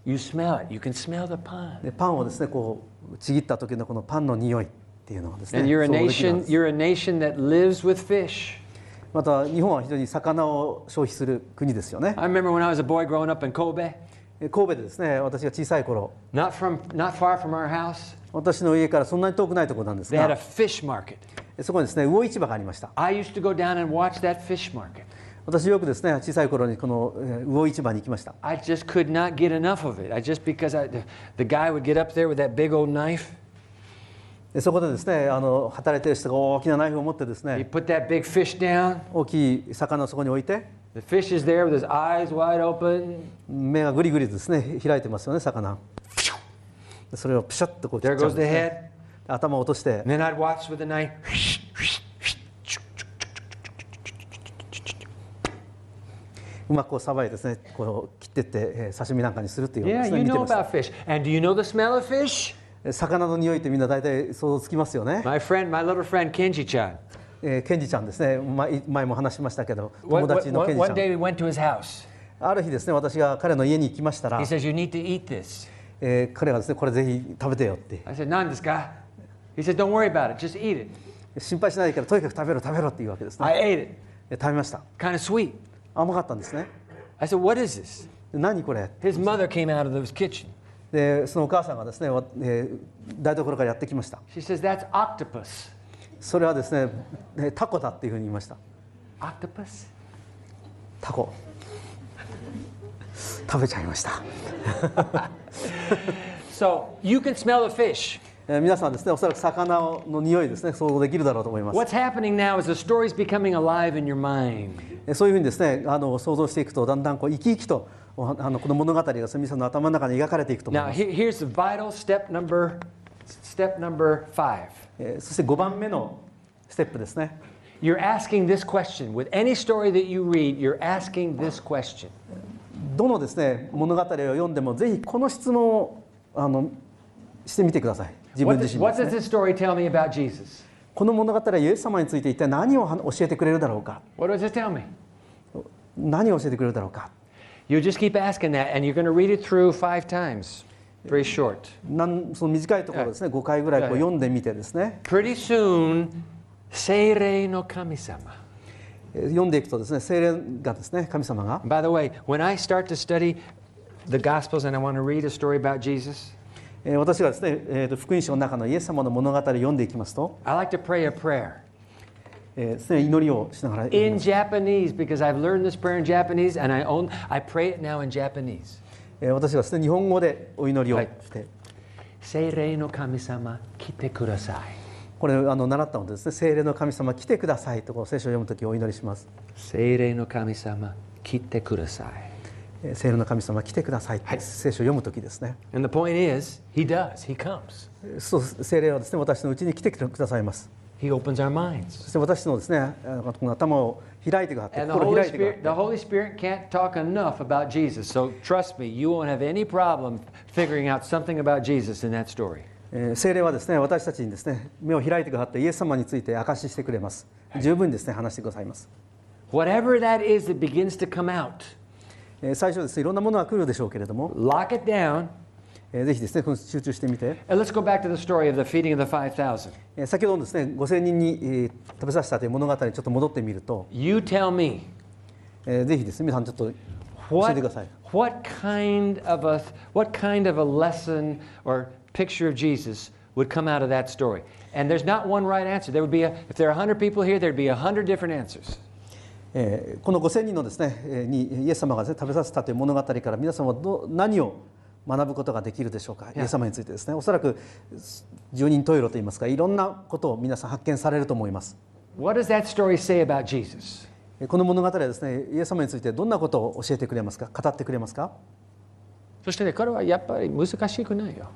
you smell it. You can smell the pan.
でパンをですねこうちぎった時のこのパンの匂いっていうのがですね
And you're a
想像できるは
nation, you're
ず
a nation that lives with fish.
また日本は非常に魚を消費する国ですよね
I remember when I was a boy growing up in Kobe,
え神戸でですね私が小さい頃
not from not far from our house,
私の家からそんなに遠くないところなんです
they had a
が
fish market.
えそこにですね魚市場がありました
I used to go down and watch that fish market.
私よくですね小さい頃にこのえー魚市場に行きました
I just could not get enough of it. I just because I, the, the guy would get up there with that big old knife.
でそこでですねあの働いてる人が大きなナイフを持ってです
He
ね
put that big fish down.
大きい魚をそこに置いて
The fish is there with his eyes wide open.
目がぐりぐりとですね開いてますよね魚でそれをピシャッとこう切
There
っちゃう
goes
ん
the
ですね
head.
頭を落として
And then I'd watch with the knife.
うまくこうさばいてですねこう切ってってえー刺身なんかにするっていうのを
Yeah,
ですね
you
見て
know
ました
about fish. And do you know the smell of fish?
え魚の匂いってみんな大体想像つきますよね、
My friend, my little friend Kenji-chan.
えーケンジちゃんですね前前も話しましたけど
One,
友達のケ
one- one
ンジち
day we went to his house.
ゃんある日ですね私が彼の家に行きましたら
He、says, "You need to eat this."
えー彼がですねこれぜひ食べてよって
I said, "None this guy." He said, "Don't worry about it. Just eat it."
心配しないからとにかく食べろ食べろって言うわけですね、
I ate it.
え食べました
Kind of sweet.
甘かったんですね
I said, "What is this?"
で何これ
His mother came out of the kitchen.
でそのお母さんがですね、わえー台所からやってきました
She says, That's octopus.
それはですねえータコだっていうふうに言いました
Octopus?
タコ食べちゃいました、
So you can smell the fish.
えー皆さんですねおそらく魚の匂いですね想像できるだろうと思います
What's happening now is the story's becoming alive in your mind.
えそういうふうにですねあの想像していくとだんだんこう生き生きとおあのこの物語が皆さんの頭の中に描かれていくと思い
Now
ます、
he- here's the vital step number step number five.
えーそして5番目のステップですね
You're asking this question. With any story that you read, you're asking this question.
どのですね物語を読んでもぜひこの質問をあのしてみてください自
What
分自
does,
身に
what
です、
does
ね、
this story tell me about Jesus?
この物語はイエス様について一体何をは教えてくれるだろうか
What does it tell me?
何を教えてくれるだろうか
You just keep asking that, and you're going to read it through five times. Very short.
なんその短いところをですね5回ぐらいこう読んでみてですね
Pretty soon, Seirei no Kamisama.
えー読んでいくとですね精霊がですね神様が
By the way, when I start to study the Gospels and I want to read a story about Jesus,
えー私がですね、えーと福音書の中のイエス様の物語を読んでいきますと
I like to pray a prayer
えー常に祈りをしながら
in Japanese because I've learned this prayer in Japanese and I own I pray it now in Japanese.
えー私はですね日本語でお祈りをして、
はい聖霊の神様来てください
これあの習ったのですね聖霊の神様来てくださいとこう聖書を読むときお祈りします
聖霊の神様来てください
えー聖霊の神様来てくださいって聖書を読むときですね
And the point is, he does. He comes.
そう聖霊はですね私のうちに来てくださいます
He opens our minds.
そして私のですねあのこの頭を開いてくださって
And the
心を
Holy
開いてくださ
Spirit, the Holy Spirit can't talk enough about Jesus. So trust me, you won't have any problem figuring out something about Jesus in that story.
えー聖霊はですね私たちにですね目を開いてくださってイエス様について明かししてくれます十分にですね話してくださいます、
Whatever that is, it begins to come out.
えー最初ですねいろんなものが来るでしょうけれども、
Lock it down.
えーぜひですねこの集中してみて、
And let's go back to the story of the feeding of the 5,000.
えー先ほどのですね5000人に、えー食べさせたという物語にちょっと戻ってみると、
You tell me,
えーぜひですね皆さんちょっと教え
what,
てください
what kind of a what kind of a lesson or picture of Jesus would come out of that story? And there's not one right answer. There would be a, if there are 100 people here, there'd be 100 different answers.
えーこの5000人のですね、えーにイエス様がですね食べさせたという物語から皆様はど何を学ぶことができるでしょうか、イエス様についてですねおそらく十人十色といいますかいろんなことを皆さん発見されると思います
What does that story say about Jesus?
えーこの物語はですねイエス様についてどんなことを教えてくれますか語ってくれますか
そしてね、彼はやっぱり難しくないよ。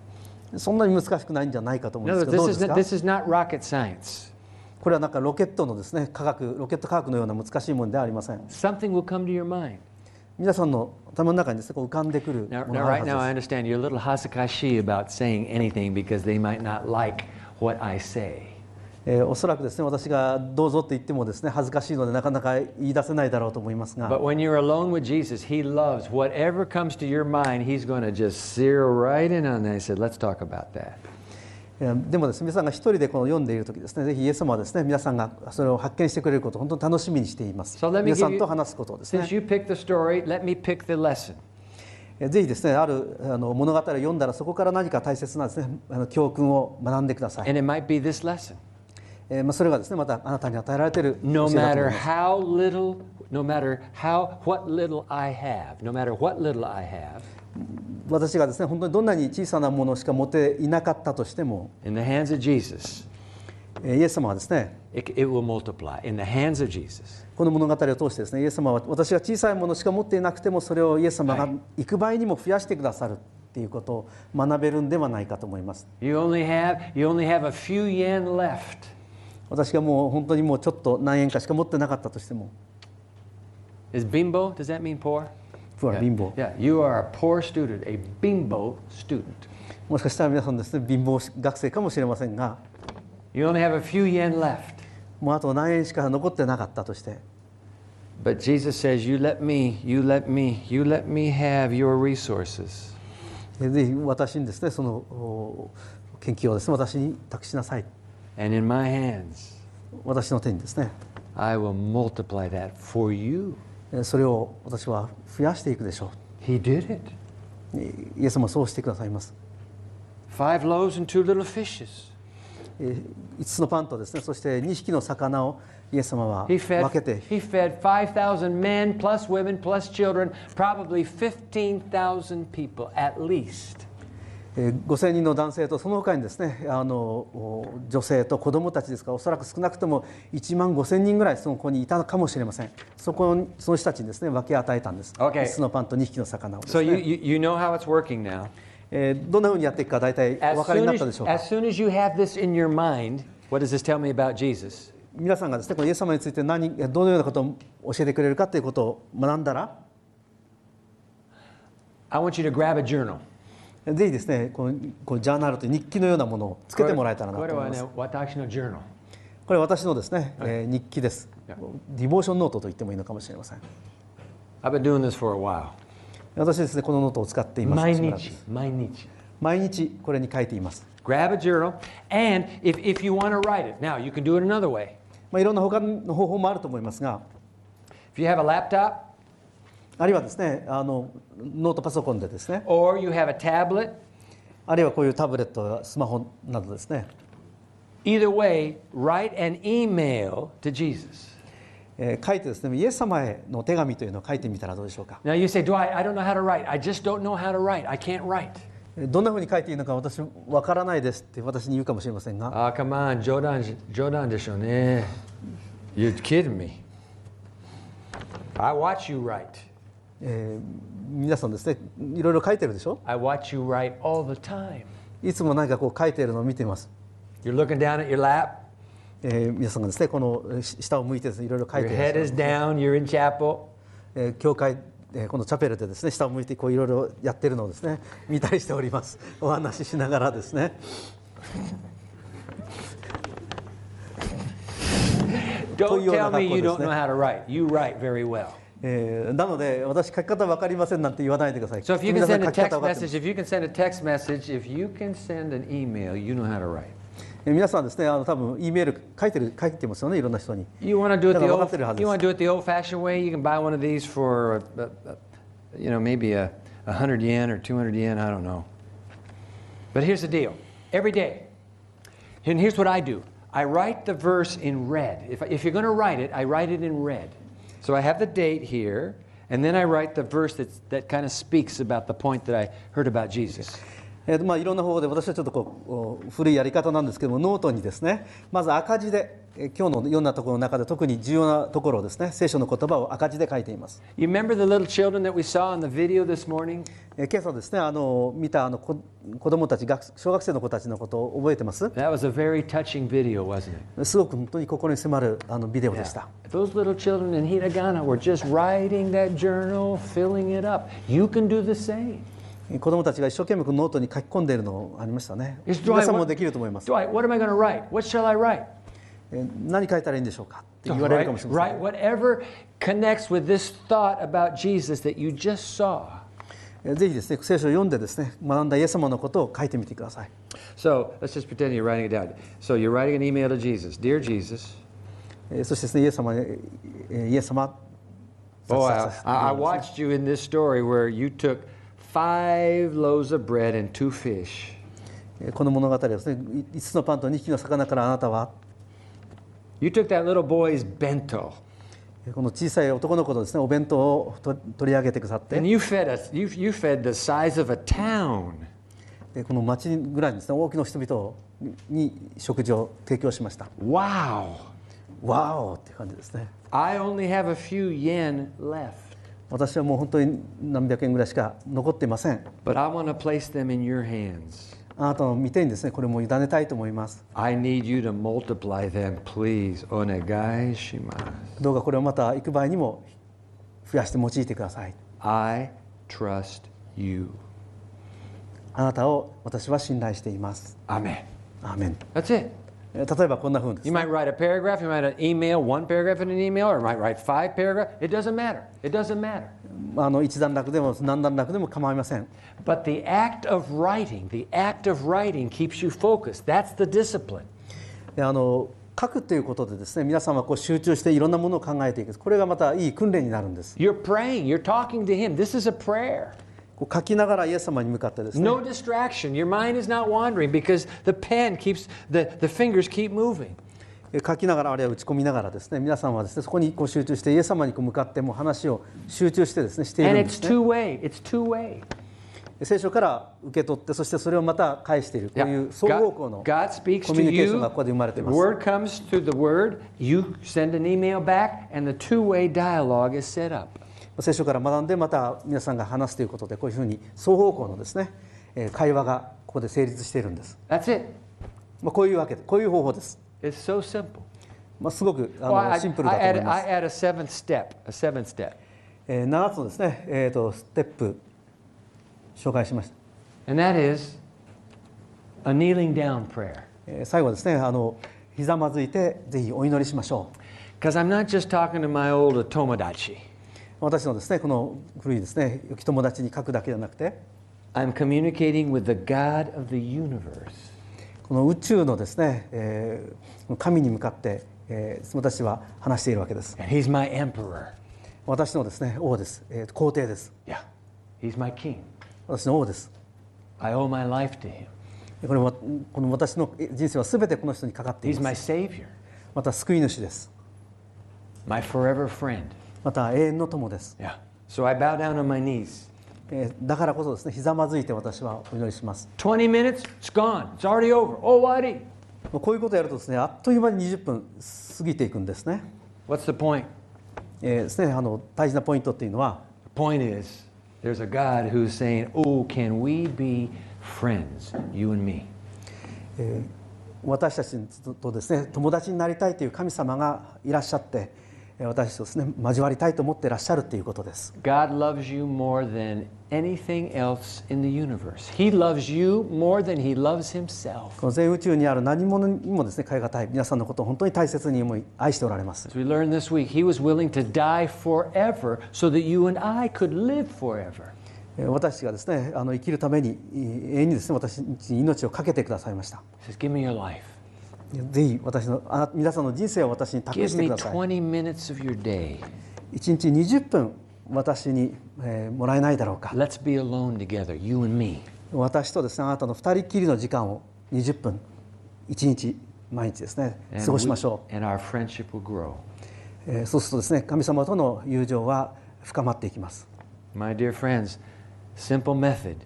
そんなに難しくないんじゃないかと思
In
うんで
other
す
words,
け
this
どどうで
is,
す
not, this
か
is not rocket science.
これはなんかロケットのですね科学ロケット科学のような難しいものではありません
Something will come to your mind.
皆さんの頭の中にですねこう浮かんでくるも
Now, now
のがあ
right
る
now,
は
I
ずで
understand you're a little hasakashi about saying anything because they might not like what I say.
す、えーおそらくですね私がどうぞって言ってもですね恥ずかしいのでなかなか言い出せないだろうと思いますが
But when you're alone with Jesus, He loves whatever comes to your mind. He's going to just sear right in on that. He said, "Let's talk about that."
えーでもですね皆さんが一人でこの読んでいる時ですねぜひイエス様はですね皆さんがそれを発見してくれることを本当に楽しみにしています、
So let me
皆
give
さん
you,
と話すことをですね
since you picked the story, let me pick the lesson.
えーぜひですねあるあの物語を読んだらそこから何か大切なですねあの教訓を学んでください、
And it might be this lesson.
えーまあ、それがですねまたあなたに与えられている教
No
えだと思います
matter how little, no matter how what little I have, no matter what little I have,
私がですね本当にどんなに小さなものしか持っていなかったとしても
in the hands of Jesus,
えーイエス様はですね
it, it will multiply. In the hands of Jesus.
この物語を通してですねイエス様は私が小さいものしか持っていなくてもそれをイエス様が幾倍にも増やしてくださるっていうことを学べるんではないかと思います
You only have you only have a few yen left.
私がもう本当にもうちょっと何円かしか持ってなかったとしても
Is bimbo? Does that mean poor?
不安
Yeah.
貧乏
Yeah, you are a poor student, a bimbo student.
もしかしたら皆さんですね貧乏学生かもしれませんが
You only have a few yen left.
もうあと何円しか残ってなかったとして
But Jesus says, You let me, you let me, you let me have your resources.
えーぜひ私にですねそのお研究をですね私に託しなさい
And in my hands,
私の手にですね
I will multiply that for you.
えーそれを私は増やしていくでしょ
He did it.
うえーイエス様はそうしてくださいます
Five loaves and two little fishes.
えー5つのパンとですねそして2匹の魚をイエス様は
He
分
fed,
けて
he fed 5,000 men, plus women, plus children, probably 15,000 people at least.
えー5,000人の男性とその他にですねあのお女性と子どもたちですからおそらく少なくとも1万5,000人ぐらいその子にいたかもしれませんそこにその人たちにですね分け与えたんです、
Okay.
5つのパンと2匹の魚をです
So
ね
you, you, you know how it's working now.
えーどんなふうにやっていくか大体お
As
分かりに
soon
なったでし
as,
ょうか
as soon as you have this in your mind, what does this tell me about Jesus?
皆さんがですねこのイエス様について何どのようなことを教えてくれるかということを学んだら
I want you to grab a journal.
ぜひですねこのこうジャーナルという日記のようなものをつけてもらえたらなと思います。
これはね、私の journal.
これ私のですね、えー日記です。ディボーションノートと言ってもいいのかもしれません。
I've been doing this for a while.
私ですねこのノートを使っています。しばらく
毎日。
毎日これに書いています。
Grab a journal, and if, if you want to write it, now you can do it another way.
まあいろんな他の方法もあると思いますが、
If you have a laptop
あるいはですねあのノートパソコンでですね、
or you have a tablet,
あるいはこういうタブレットやスマホなどですね、
either way, write an email to Jesus.
えー書いてですねイエス様へのお手紙というのを書いてみたらどうでしょうか。
Now you say, Dwight, I don't know how to write. I just don't know how to write. I can't write.
どんなふうに書いていいのか私わからないですって私に言うかもしれませんが
Ah, come on, 冗談じ冗談でしょうね。You're kidding me. I watch you write.
えー皆さんですねいろいろ書いてるでしょ
I watch you write all the time.
いつも何かこう書いてるのを見ています、
You're looking down at your lap.
えー皆さんがですねこのえーし下を向いてですねいろいろ書い
Your
ていら
head
っしゃる
is down. You're in chapel.
えー教会、えーこのチャペルでですね下を向いてこういろいろやってるのをですね 見たりしておりますお話ししながらですね
Don't tell
というような格好ですね。
me you don't know how to write. You write very well.
えーなので私書き方わかりませんなんて言わないでください。
So if you can
皆さ
send
ん
a
書き方
text
わかって
message,
ます
if you can send a text message, if you can send an email, you know how to write.
えー皆さんですねあの多分 E メール書いてる書いてますよねいろんな人に。
You want to do it the
だから分か
old,
ってるはずです。
you want to do it the old-fashioned way. You can buy one of these for, uh, uh, you know, maybe a, a hundred yen or two hundred yen. I don't know. But here's the deal: every day, and here's what I do: I write the verse in red. If, if you're going to write it, I write it in red. So I have the date here, and then I write the verse that's, that kind of speaks about the point that I heard about Jesus.
えーとまあいろんな方法で私はちょっとこうお古いやり方なんですけどもノートにですねまず赤字でえー今日のようなところの中で特に重要なところをですね聖書の言葉を赤字で書いています。
You remember the little children that we saw in the video this morning?
えー今朝ですねあの見たあのこ子どもたち学小学生の子たちのことを覚えてます。
That was a very touching video, wasn't it?
すごく本当に心に迫るあのビデオでした。
Those little children in Hiragana were just writing that journal, filling it up. You can do the same.
子どもたちが一生懸命このノートに書き込んでいるのありましたね
Is
皆さんも
what-
できると思います
Dwight, what am I going to write? What shall I write?
えー何書いたらいいんでしょうかって言われるかもし
Write,
れ
write
ません
whatever connects with this thought about Jesus that you just saw.
えーぜひですね聖書を読んでですね学んだイエス様のことを書いてみてください
So let's just pretend you're writing it down. So you're writing an email to Jesus. Dear Jesus,
えーそしてですねイエス様にえーイエス様
oh,
さ
I,
ささ
I I watched you in this story where you took five loaves of bread and two fish.
えーこの物語はですね5つのパンと2匹の魚からあなたは
You took that little boy's bento
えーこの小さい男の子のですねお弁当をと取り上げてくださって
and you fed us. You, you fed the size of a town.
えーこの町ぐらいにですね多くの人々に食事を提供しました
Wow.
わおっていう感じですね
I only have a few yen left,
私はもう本当に何百円ぐらいしか残っていません
but I want to place them in your hands.
あなたの見てにですねこれも委ねたいと思います
I need you to multiply them, please. Onegai shimasu.
どうかこれをまた幾倍にも増やして用いてください
I trust you.
あなたを私は信頼しています
Amen.
アーメン
That's it.
えー例えばこんな風にです
You might write a paragraph, you might an email, one paragraph in an email, or you might write five paragraphs. It doesn't matter. It doesn't matter.
あの一段落でも何段落でも構いません
But the act of writing, the act of writing keeps you focused. That's the discipline.
であの書くということでですね皆さんはこう集中していろんなものを考えていくこれがまたいい訓練になるんです
You're praying, you're talking to Him. This is a prayer.
こう書きながらイエス様に向かってですね
No distraction. Your mind is not wandering because the pen keeps, the, the fingers keep moving.
え書きながらあるいは打ち込みながらですね皆さんはですねそこにこう集中してイエス様にこう向かってもう話を集中してですねしているん
And
で
it's
すね
two way. It's two way.
聖書から受け取ってそしてそれをまた返しているこういう双方向
God,
のコ
God speaks
ミュ
to
ニケーシ
you.
ョンがここで生まれて
The
います
word comes through the word. You send an email back, and the two way dialogue is set up.
聖書から学んでまた皆さんが話すということでこういうふうに双方向のですねえー会話がここで成立しているんです、
That's it.
まあ、こういうわけでこういう方法です、
It's so simple.
まあ、すごくあ
Oh, I,
のシンプルだ
I add,
と思い
I
ます、
add a seventh step. A seventh step.
えー、7つのですね、えー、とステップ紹介しました
And that is a kneeling down prayer.
えー最後はですねあのひざまずいてぜひお祈りしましょう
Because I'm not just talking to my old Tomodachi.
私のですねこの古いですね良き友達に書くだけじゃなくて
I'm communicating with the God of the universe.
この宇宙のですね、えー神に向かって、えー私は話しているわけです
And he's my emperor.
私のですね王です、えー皇帝です
Yeah. He's my king.
私の王です
I owe my life to him.
これはこの私のえ人生は全てこの人にかかってい
He's
ま
my
す
savior,
また救い主です
my forever friend.
また永遠の友です
Yeah. So I bow down on my knees.
えーだからこそですねひざまずいて私はお祈りします
20 minutes, it's gone. It's already over. Oh, already.
もうこういうことをやるとですねあっという間に20分過ぎていくんですね,、
What's the point?
えーですねあの大事なポイントっていうのは
The point is, there's a God who's saying, Oh, can we be friends, you and me?
えー私たちとですね友達になりたいという神様がいらっしゃってえー私とですね交わりたいと思っていらっしゃるということです
God loves you more than anything else in the universe. He loves you more than he loves himself.
この全宇宙にある何者にもですね代え難い皆さんのことを本当に大切に思い愛しておられます
As we learned this week, he was willing to die forever so that you and I could live forever.
えー私がですねあの生きるためにえー永遠にですね私に命を懸けてくださいました
He says, Give me your life.
ぜひ私のあな皆さんの人生を私に託
Give
して
me
ください
20 minutes of your day.
一日20分私に、えーもらえないだろうか
Let's be alone together, you and me.
私とですねあなたの二人っきりの時間を20分一日毎日ですね
And
過ごし
we-
ましょ
and our friendship will grow.
う、えーそうするとですね神様との友情は深まっていきます
My dear friends, simple method,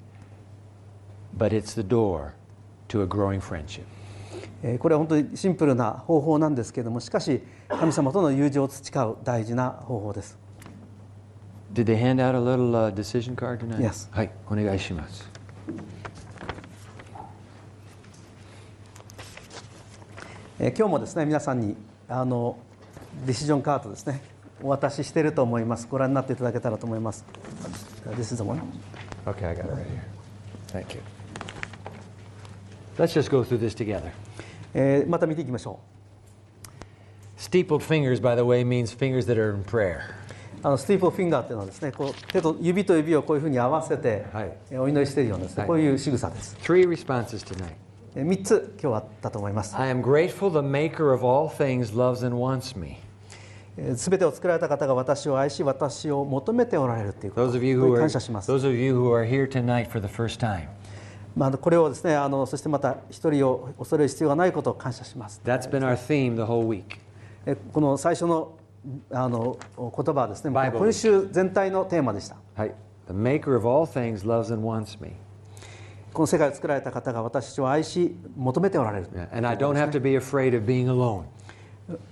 but it's the door to a growing friendship.
えーこれは本当にシンプルな方法なんですけれどもしかし神様との友情を培う大事な方法です
Did they hand out a little uh, decision card tonight?
Yes.
はい、お願いします。
えー今日もですね皆さんにあのディシジョンカードですねお渡ししていると思いますご覧になっていただけたらと思います This is the one
Okay, I got it right here. Thank you. Let's just go through this together.
えーまた見ていきましょ
Steepled fingers, by the way, means fingers that are in prayer.
うあのスティープフィンガーっていうのはですねこう手と指と指をこういうふうに合わせて、
はい
えーお祈りしているようなですね、
はい
こういう仕草です、
Three responses tonight.
え3つ今日はあったと思います
I am grateful the maker of all things loves and wants me.
えー全てを作られた方が私を愛し私を求めておられるということ
Those
本
of you who
当に
are
感謝します
those of you who are here tonight for the first time.
まああの、これをですねあのそしてまた一人を恐れる必要がないことを感謝します
That's been our theme the whole week.
えこの最初のあの言葉はですね
Bible
今週全体のテーマでした
Hi. The maker of all things loves and wants me.
この世界を作られた方が私を愛し求めておられる
Yeah, And I don't have to be afraid of being alone.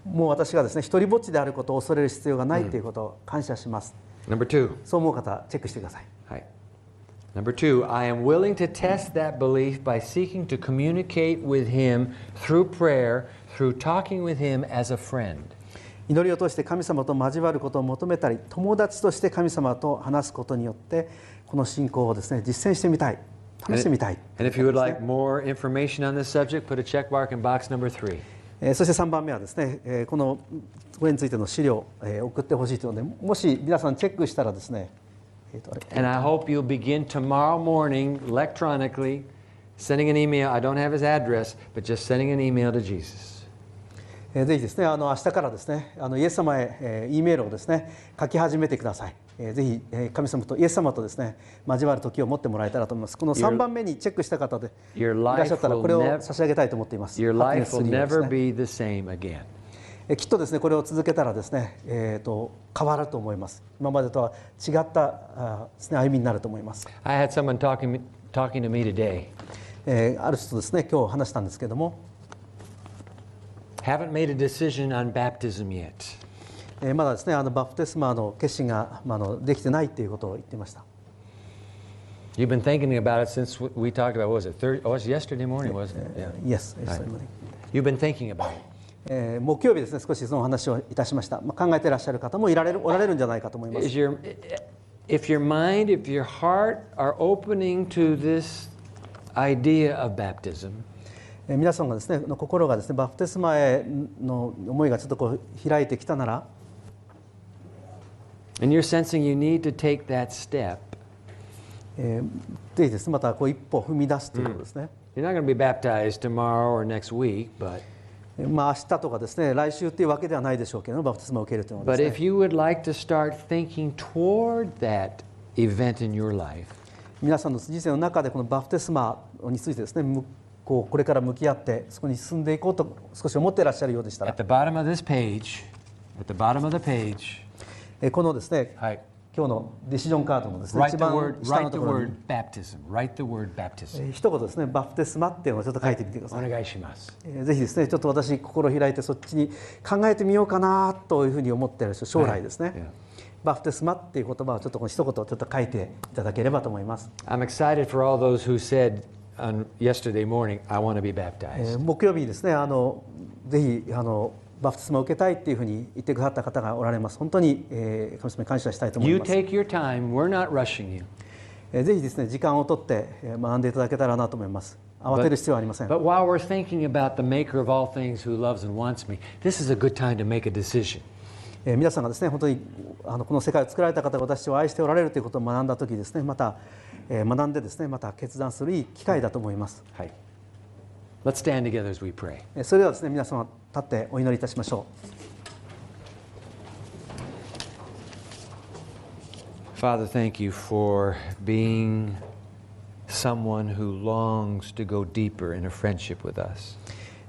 もう私がですね一人ぼっちであることを恐れる必要がないということを感謝します、
Number two.
そう思う方はチェックしてください
Hi. Number two, I am willing to test that belief by seeking to communicate with him through prayer, through talking with him as a friend.
祈りを通して神様と交わることを求めたり友達として神様と話すことによってこの信仰をですね実践してみたい試してみたい
And if you would like more information on this subject, put a check mark in box number three.
えーそして3番目はですね、えーこのこれについての資料、えー送ってほしいというのでもし皆さんチェックしたらですね、えーとあれ
And I hope you'll begin tomorrow morning electronically sending an email. I don't have his address, but just sending an email to Jesus.
えーぜひですねあの明日からですねあのイエス様へ、えー、E メールをですね書き始めてください、えーぜひ、えー神様とイエス様とですね交わる時を持ってもらえたらと思いますこの3番目にチェックした方で
Your
いらっしゃったら
life will
これを
nev-
差し上げたいと思っています
Your
ハッピネ
life
ス
will
にはです
never
ね
be the same again.
えーきっとですねこれを続けたらですね、えーと変わると思います今までとは違ったあーです、ね、歩みになると思います
I had someone talking, talking to me today.
えーある人とですね今日話したんですけども、
Haven't made a decision on baptism yet.
えーまだですねあのバプテスマの決心が、まあ、あのできてないっていうことを言ってました
You've been thinking about it since w- we talked about, what was it, Thursday? Oh, it was yesterday morning, wasn't it? Yeah.
Yes, yes,
Right.
I'm ready.
You've been thinking about it.
えー木曜日ですね少しそのお話をいたしました、まあ、考えていらっしゃる方もいられるおられるんじゃないかと思います
Is your, if your mind, if your heart are opening to this idea of baptism,
えー皆さんがですねの心がですねバプテスマへの思いがちょっとこう開いてきたなら
and you're sensing you need to take that step,
えーぜひですねまたこう一歩踏み出すということですね、
you're not going to be baptized tomorrow or next week, but,
えーまあ明日とかですね来週っていうわけではないでしょうけどバプテスマを受けるというのは
but
です、
if
ね、
you would like to start thinking toward that event in your life,
皆さんの人生の中でこのバプテスマについてですねむこうこれから向き合ってそこに進んでいこうと少し思っていらっしゃるようでしたら
at the bottom of this page, at the bottom of the page,
えーこのですね
Hi.
今今日のディシジョンカードのですね
Write
一
the
番
word,
下の
write
と
the
ころに
word baptism. Write the word baptism.
えー一言ですねバプテスマっていうのをちょっと書いてみてください
お願いします。
えーぜひですねちょっと私心開いてそっちに考えてみようかなというふうに思っている人将来ですね、
いや
バプテスマっていう言葉をちょっとこの一言ちょっと書いていただければと思います、
I'm excited for all those who said on yesterday morning, I want to be
え
baptized.
ー木曜日にですねあのぜひあのバプテスマを受けたいっていうふうに言ってくださった方がおられます本当に、えー神様に感謝したいと思い
You
ます、
take your time. We're not rushing you.
えーぜひですね時間をとってえー学んでいただけたらなと思います慌てる必要はありません
But while we're thinking about the maker of all things who loves and wants me, this is a good time to make a decision.
えー皆さんがですね本当にあのこの世界を作られた方が私を愛しておられるということを学んだ時ですねまた、えー学んでですねまた決断するいい機会だと思います、
Hi. Let's stand together as we pray.
えーそれではですね皆様立ってお祈りいたしましょう
Father, thank you for being someone who longs to go deeper in a friendship with us.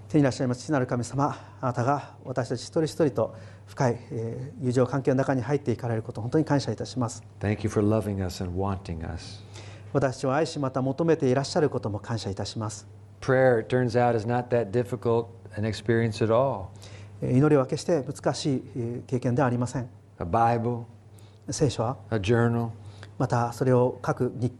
手にいらっしゃいます父なる神様あなたが私たち一人一人と深い、えー友情関係の中に入っていかれること本当に感謝いたします
Thank you for loving us and wanting us.
私たちを愛しまた求めていらっしゃることも感謝いたします、
Prayer, it turns out, is not that difficult an experience at all.
えー祈りは決して難しい、えー経験ではありません
A Bible,
聖書は
a journal,
またそれを書く日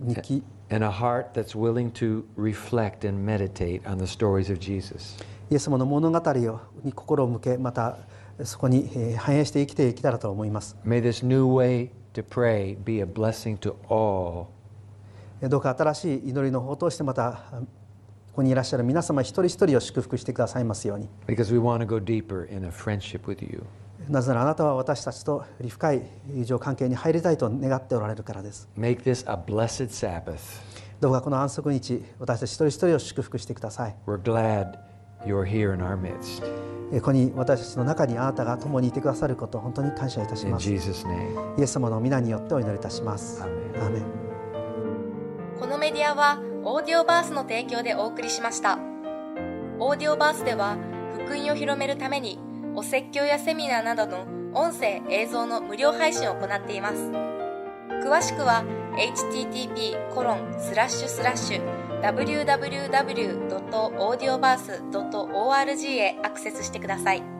日記
and a heart that's willing to reflect and meditate on the stories of Jesus.
イエス様の物語をに心を向けまたそこにえー反映して生きていけたらと思います
May this new way to pray be a blessing to all.
えーどうか新しい祈りの方を通してまたあここにいらっしゃる皆様一人一人を祝福してくださいますように
Because we want to go deeper in a friendship with you.
なぜならあなたは私たちとより深い友情関係に入りたいと願っておられるからです
Make this a blessed Sabbath.
どうかこの安息日私たち一人一人を祝福してください
We're glad you're here in our midst.
えーここに私たちの中にあなたが共にいてくださることを本当に感謝いたし
In
ますイ
Jesus' name.
エス様の皆によってお祈りいたします
アーメ
アーメン
このメディアはオーディオバースの提供でお送りしましたオーディオバースでは福音を広めるためにお説教やセミナーなどの音声映像の無料配信を行っています詳しくは http://www.audioverse.org へアクセスしてください